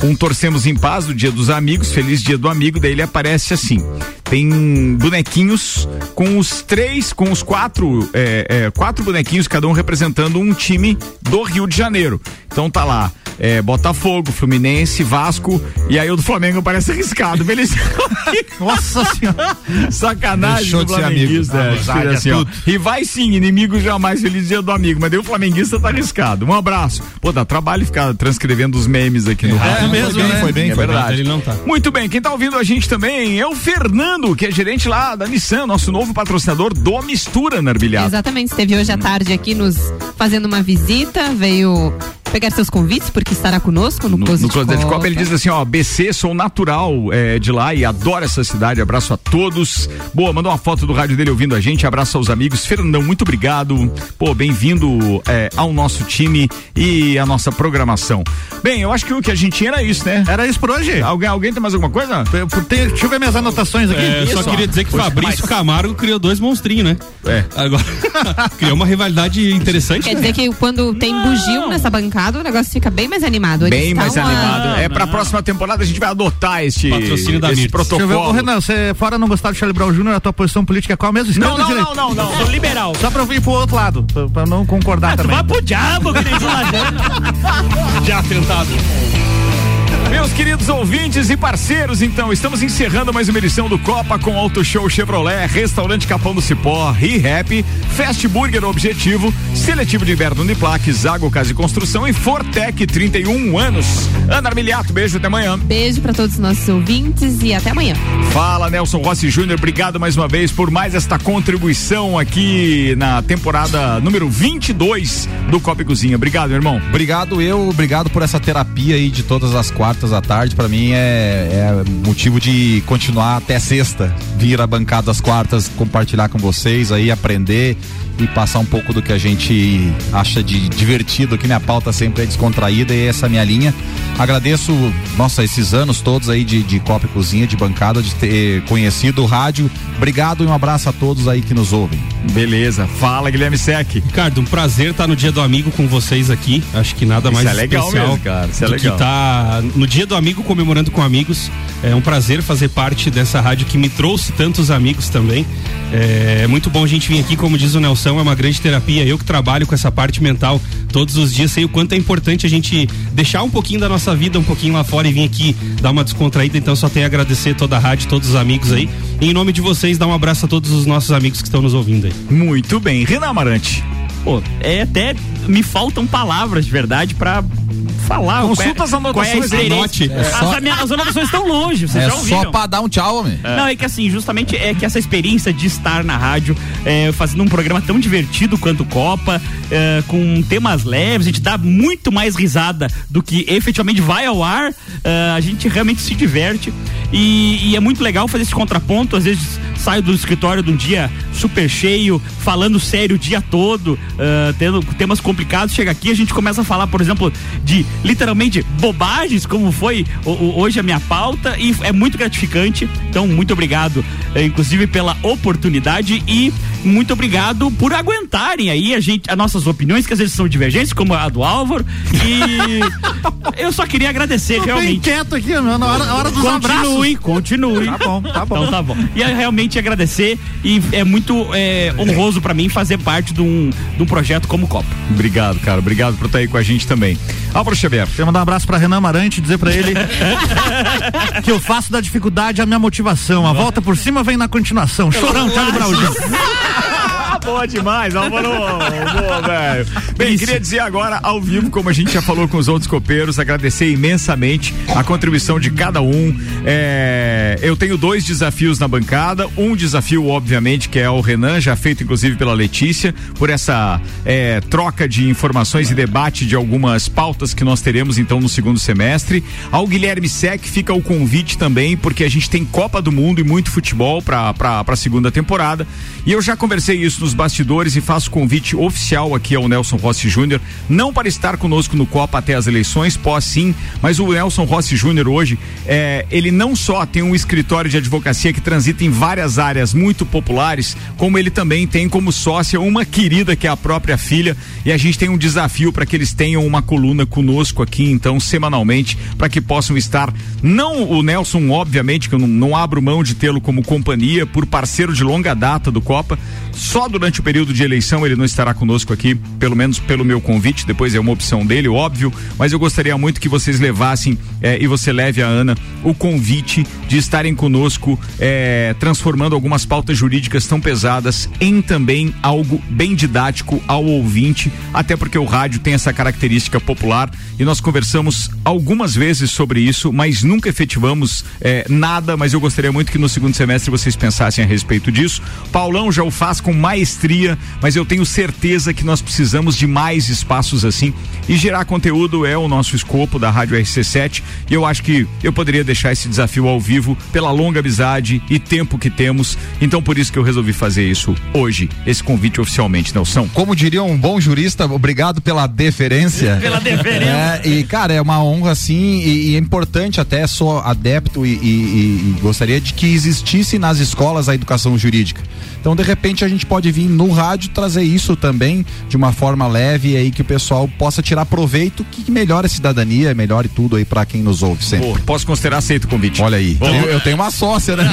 C: um torcemos em paz do Dia dos Amigos, feliz Dia do Amigo, daí ele aparece assim. Tem bonequinhos com os três, com os quatro, é, é, quatro bonequinhos, cada um representando um time do Rio de Janeiro. Então tá lá, é, Botafogo, Fluminense, Vasco, e aí o do Flamengo parece arriscado. Feliz.
E: Nossa senhora!
C: Sacanagem
E: Deixou
C: do
E: de ser amigo.
C: flamenguista. é,
E: Amizade
C: filho,
E: é
C: assim, ó.
E: tudo.
C: E vai sim, inimigo jamais, feliz dia do amigo. Mas daí o flamenguista tá arriscado. Um abraço. Pô, dá trabalho ficar transcrevendo os memes aqui no rádio.
D: mesmo,
C: Foi bem,
D: né?
C: foi bem,
D: É
C: foi
D: verdade,
C: verdade.
D: ele não tá.
C: Muito bem, quem tá ouvindo a gente também é o Fernando, que é gerente lá da Nissan, nosso novo patrocinador do Mistura Narbilhado.
G: Exatamente, esteve hoje à tarde aqui nos fazendo uma visita, veio pegar seus convites, porque estará conosco no,
C: No,
G: Close
C: no
G: de
C: Close Dead
G: Copa.
C: Copa, ele diz assim, ó, BC, sou natural é, de lá e adoro essa cidade, abraço a todos. Boa, mandou uma foto do rádio dele ouvindo a gente, abraço aos amigos. Fernandão, muito obrigado. Pô, bem-vindo é, ao nosso time e à nossa programação. Bem, eu acho que o que a gente tinha era isso, né?
E: Era isso por hoje.
C: Alguém, alguém tem mais alguma coisa?
E: deixa eu ver minhas anotações aqui.
D: É, eu só queria dizer que
E: Poxa,
D: Fabrício
E: mas-
D: Camargo criou dois monstrinhos, né?
C: É.
D: Agora, criou uma rivalidade interessante.
G: Quer dizer que quando tem bugio nessa bancada, o negócio fica bem mais animado. Eles
C: Bem
D: tá
G: estão
C: mais
D: um
G: a-
C: animado. É pra próxima temporada a gente vai adotar este,
D: né? Patrocínio da
C: esse
D: Mirtz.
E: Deixa eu ver, ô,
C: protocolo.
E: Renan, você é fora não gostar do Charlie Brown Jr., a tua posição política é qual mesmo? Esquerda
C: Não,
E: ou
C: não,
E: direita?
C: não, não, não, sou liberal.
E: Só pra eu vir pro outro lado, pra- pra não concordar também.
C: vai pro diabo, querido
D: Já tentado.
C: Meus queridos ouvintes e parceiros, então, estamos encerrando mais uma edição do Copa com Auto Show Chevrolet, Restaurante Capão do Cipó, ReHap, Fast Burger Objetivo, Seletivo de Inverno Uniplac, Zago Casa e Construção e Fortec 31 anos. Ana Armiliato, beijo, até amanhã.
G: Beijo pra todos os nossos ouvintes e até amanhã.
C: Fala Nelson Rossi Júnior, obrigado mais uma vez por mais esta contribuição aqui na temporada número 22 do Copa e Cozinha. Obrigado, meu irmão.
F: Obrigado eu, obrigado por essa terapia aí de todas as quartas à tarde. Pra mim é, é motivo de continuar até sexta, vir à bancada às quartas, compartilhar com vocês aí, aprender e passar um pouco do que a gente acha de divertido, que minha pauta sempre é descontraída e essa é a minha linha. Agradeço, nossa, esses anos todos aí de, de Copa e Cozinha, de bancada, de ter conhecido o rádio. Obrigado e um abraço a todos aí que nos ouvem.
C: Beleza, fala Guilherme Sec.
D: Ricardo, um prazer estar no Dia do Amigo com vocês aqui. Acho que nada
C: Isso
D: mais
C: é legal
D: especial
C: mesmo, cara. Isso é
D: do
C: legal.
D: que tá no Dia do Amigo comemorando com amigos. É um prazer fazer parte dessa rádio que me trouxe tantos amigos também. É é muito bom a gente vir aqui, como diz o Nelson, é uma grande terapia. Eu que trabalho com essa parte mental todos os dias, sei o quanto é importante a gente deixar um pouquinho da nossa vida, um pouquinho lá fora e vir aqui dar uma descontraída. Então só tenho a agradecer toda a rádio, todos os amigos aí. E em nome de vocês, dar um abraço a todos os nossos amigos que estão nos ouvindo aí.
C: Muito bem, Renan Amarante.
H: Pô, é até me faltam palavras de verdade pra falar. é
C: Consulta as anotações,
H: qual é a
C: anote.
H: experiência.
C: É
H: As-
C: só-
H: a minha- as anotações estão longe, vocês
F: É
H: já ouviram.
F: só pra dar um tchau, homem.
H: É. Não, é que assim, justamente é que essa experiência de estar na rádio, é, fazendo um programa tão divertido quanto Copa, é, com temas leves, a gente dá muito mais risada do que efetivamente vai ao ar, é, a gente realmente se diverte e, e é muito legal fazer esse contraponto, às vezes saio do escritório de um dia super cheio, falando sério o dia todo, é, tendo temas complicados, chega aqui, a gente começa a falar, por exemplo, de literalmente bobagens, como foi o- o- hoje a minha pauta, e é muito gratificante. Então, muito obrigado, eh, inclusive, pela oportunidade e muito obrigado por aguentarem aí a gente, as nossas opiniões, que às vezes são divergentes, como a do Álvaro. E eu só queria agradecer realmente.
E: quieto aqui, meu, na hora, na hora dos
H: Continuem,
E: abraços.
H: continuem.
E: Tá bom, tá bom.
H: Então tá bom. E é realmente agradecer e é muito é, honroso pra mim fazer parte de um, de um projeto como Copa.
C: Obrigado, cara. Obrigado por estar aí com a gente também. Álvaro Xavier.
E: Quero mandar um abraço pra Renan Amarante, dizer pra ele que eu faço da dificuldade a minha motivação. A volta por cima vem na continuação. Chorão, Thiago Braudinho.
C: Boa demais, Álvaro. Boa, velho. Bem, queria dizer agora, ao vivo, como a gente já falou com os outros copeiros, agradecer imensamente a contribuição de cada um. É, eu tenho dois desafios na bancada. Um desafio, obviamente, que é o Renan, já feito inclusive pela Letícia, por essa é, troca de informações e debate de algumas pautas que nós teremos então no segundo semestre. Ao Guilherme Sec fica o convite também, porque a gente tem Copa do Mundo e muito futebol para a segunda temporada. E eu já conversei isso nos bastidores e faço convite oficial aqui ao Nelson Rossi Júnior, não para estar conosco no Copa até as eleições, pós sim, mas o Nelson Rossi Júnior hoje, é, ele não só tem um escritório de advocacia que transita em várias áreas muito populares, como ele também tem como sócia uma querida que é a própria filha, e a gente tem um desafio para que eles tenham uma coluna conosco aqui, então, semanalmente, para que possam estar, não o Nelson, obviamente, que eu não, não abro mão de tê-lo como companhia, por parceiro de longa data do Copa, só durante o período de eleição ele não estará conosco aqui, pelo menos pelo meu convite, depois é uma opção dele, óbvio, mas eu gostaria muito que vocês levassem eh, e você leve a Ana o convite de estarem conosco, eh, transformando algumas pautas jurídicas tão pesadas em também algo bem didático ao ouvinte, até porque o rádio tem essa característica popular e nós conversamos algumas vezes sobre isso, mas nunca efetivamos eh, nada. Mas eu gostaria muito que no segundo semestre vocês pensassem a respeito disso. Paulão já o faz com maestria, mas eu tenho certeza que nós precisamos de mais espaços assim e gerar conteúdo é o nosso escopo da Rádio RC7 e eu acho que eu poderia deixar esse desafio ao vivo pela longa amizade e tempo que temos. Então por isso que eu resolvi fazer isso hoje, esse convite oficialmente, Nelson.
F: Como diria um bom jurista, obrigado pela deferência.
H: Pela deferência.
F: É, e, cara, é uma honra, assim, e, e é importante até, sou adepto e, e- e- e gostaria de que existisse nas escolas a educação jurídica. Então, de repente, a gente pode vir no rádio trazer isso também de uma forma leve aí que o pessoal possa tirar proveito, que melhore a cidadania, melhore tudo aí pra quem nos ouve sempre.
C: Pô, posso considerar aceito o convite.
F: Olha aí,
C: Bom.
F: eu, eu tenho uma sócia, né?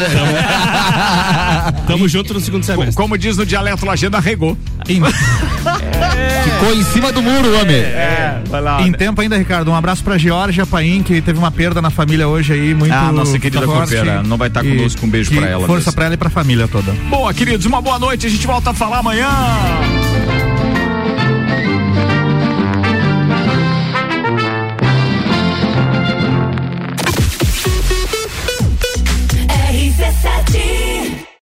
D: Tamo junto no segundo semestre.
C: Como diz no dialeto lagenda, regou.
F: Ficou em cima do muro, homem. É,
C: vai lá.
E: Em tempo ainda, Ricardo, um abraço pra Georgia Paim, que teve uma perda na família hoje aí, muito
C: Ah, nossa querida
E: forte.
C: copeira, não vai estar
E: E
C: conosco, um beijo
E: que
C: pra ela
E: Força
C: mesmo.
E: pra ela e pra família toda.
C: Boa, queridos, uma boa noite. A gente volta a falar amanhã.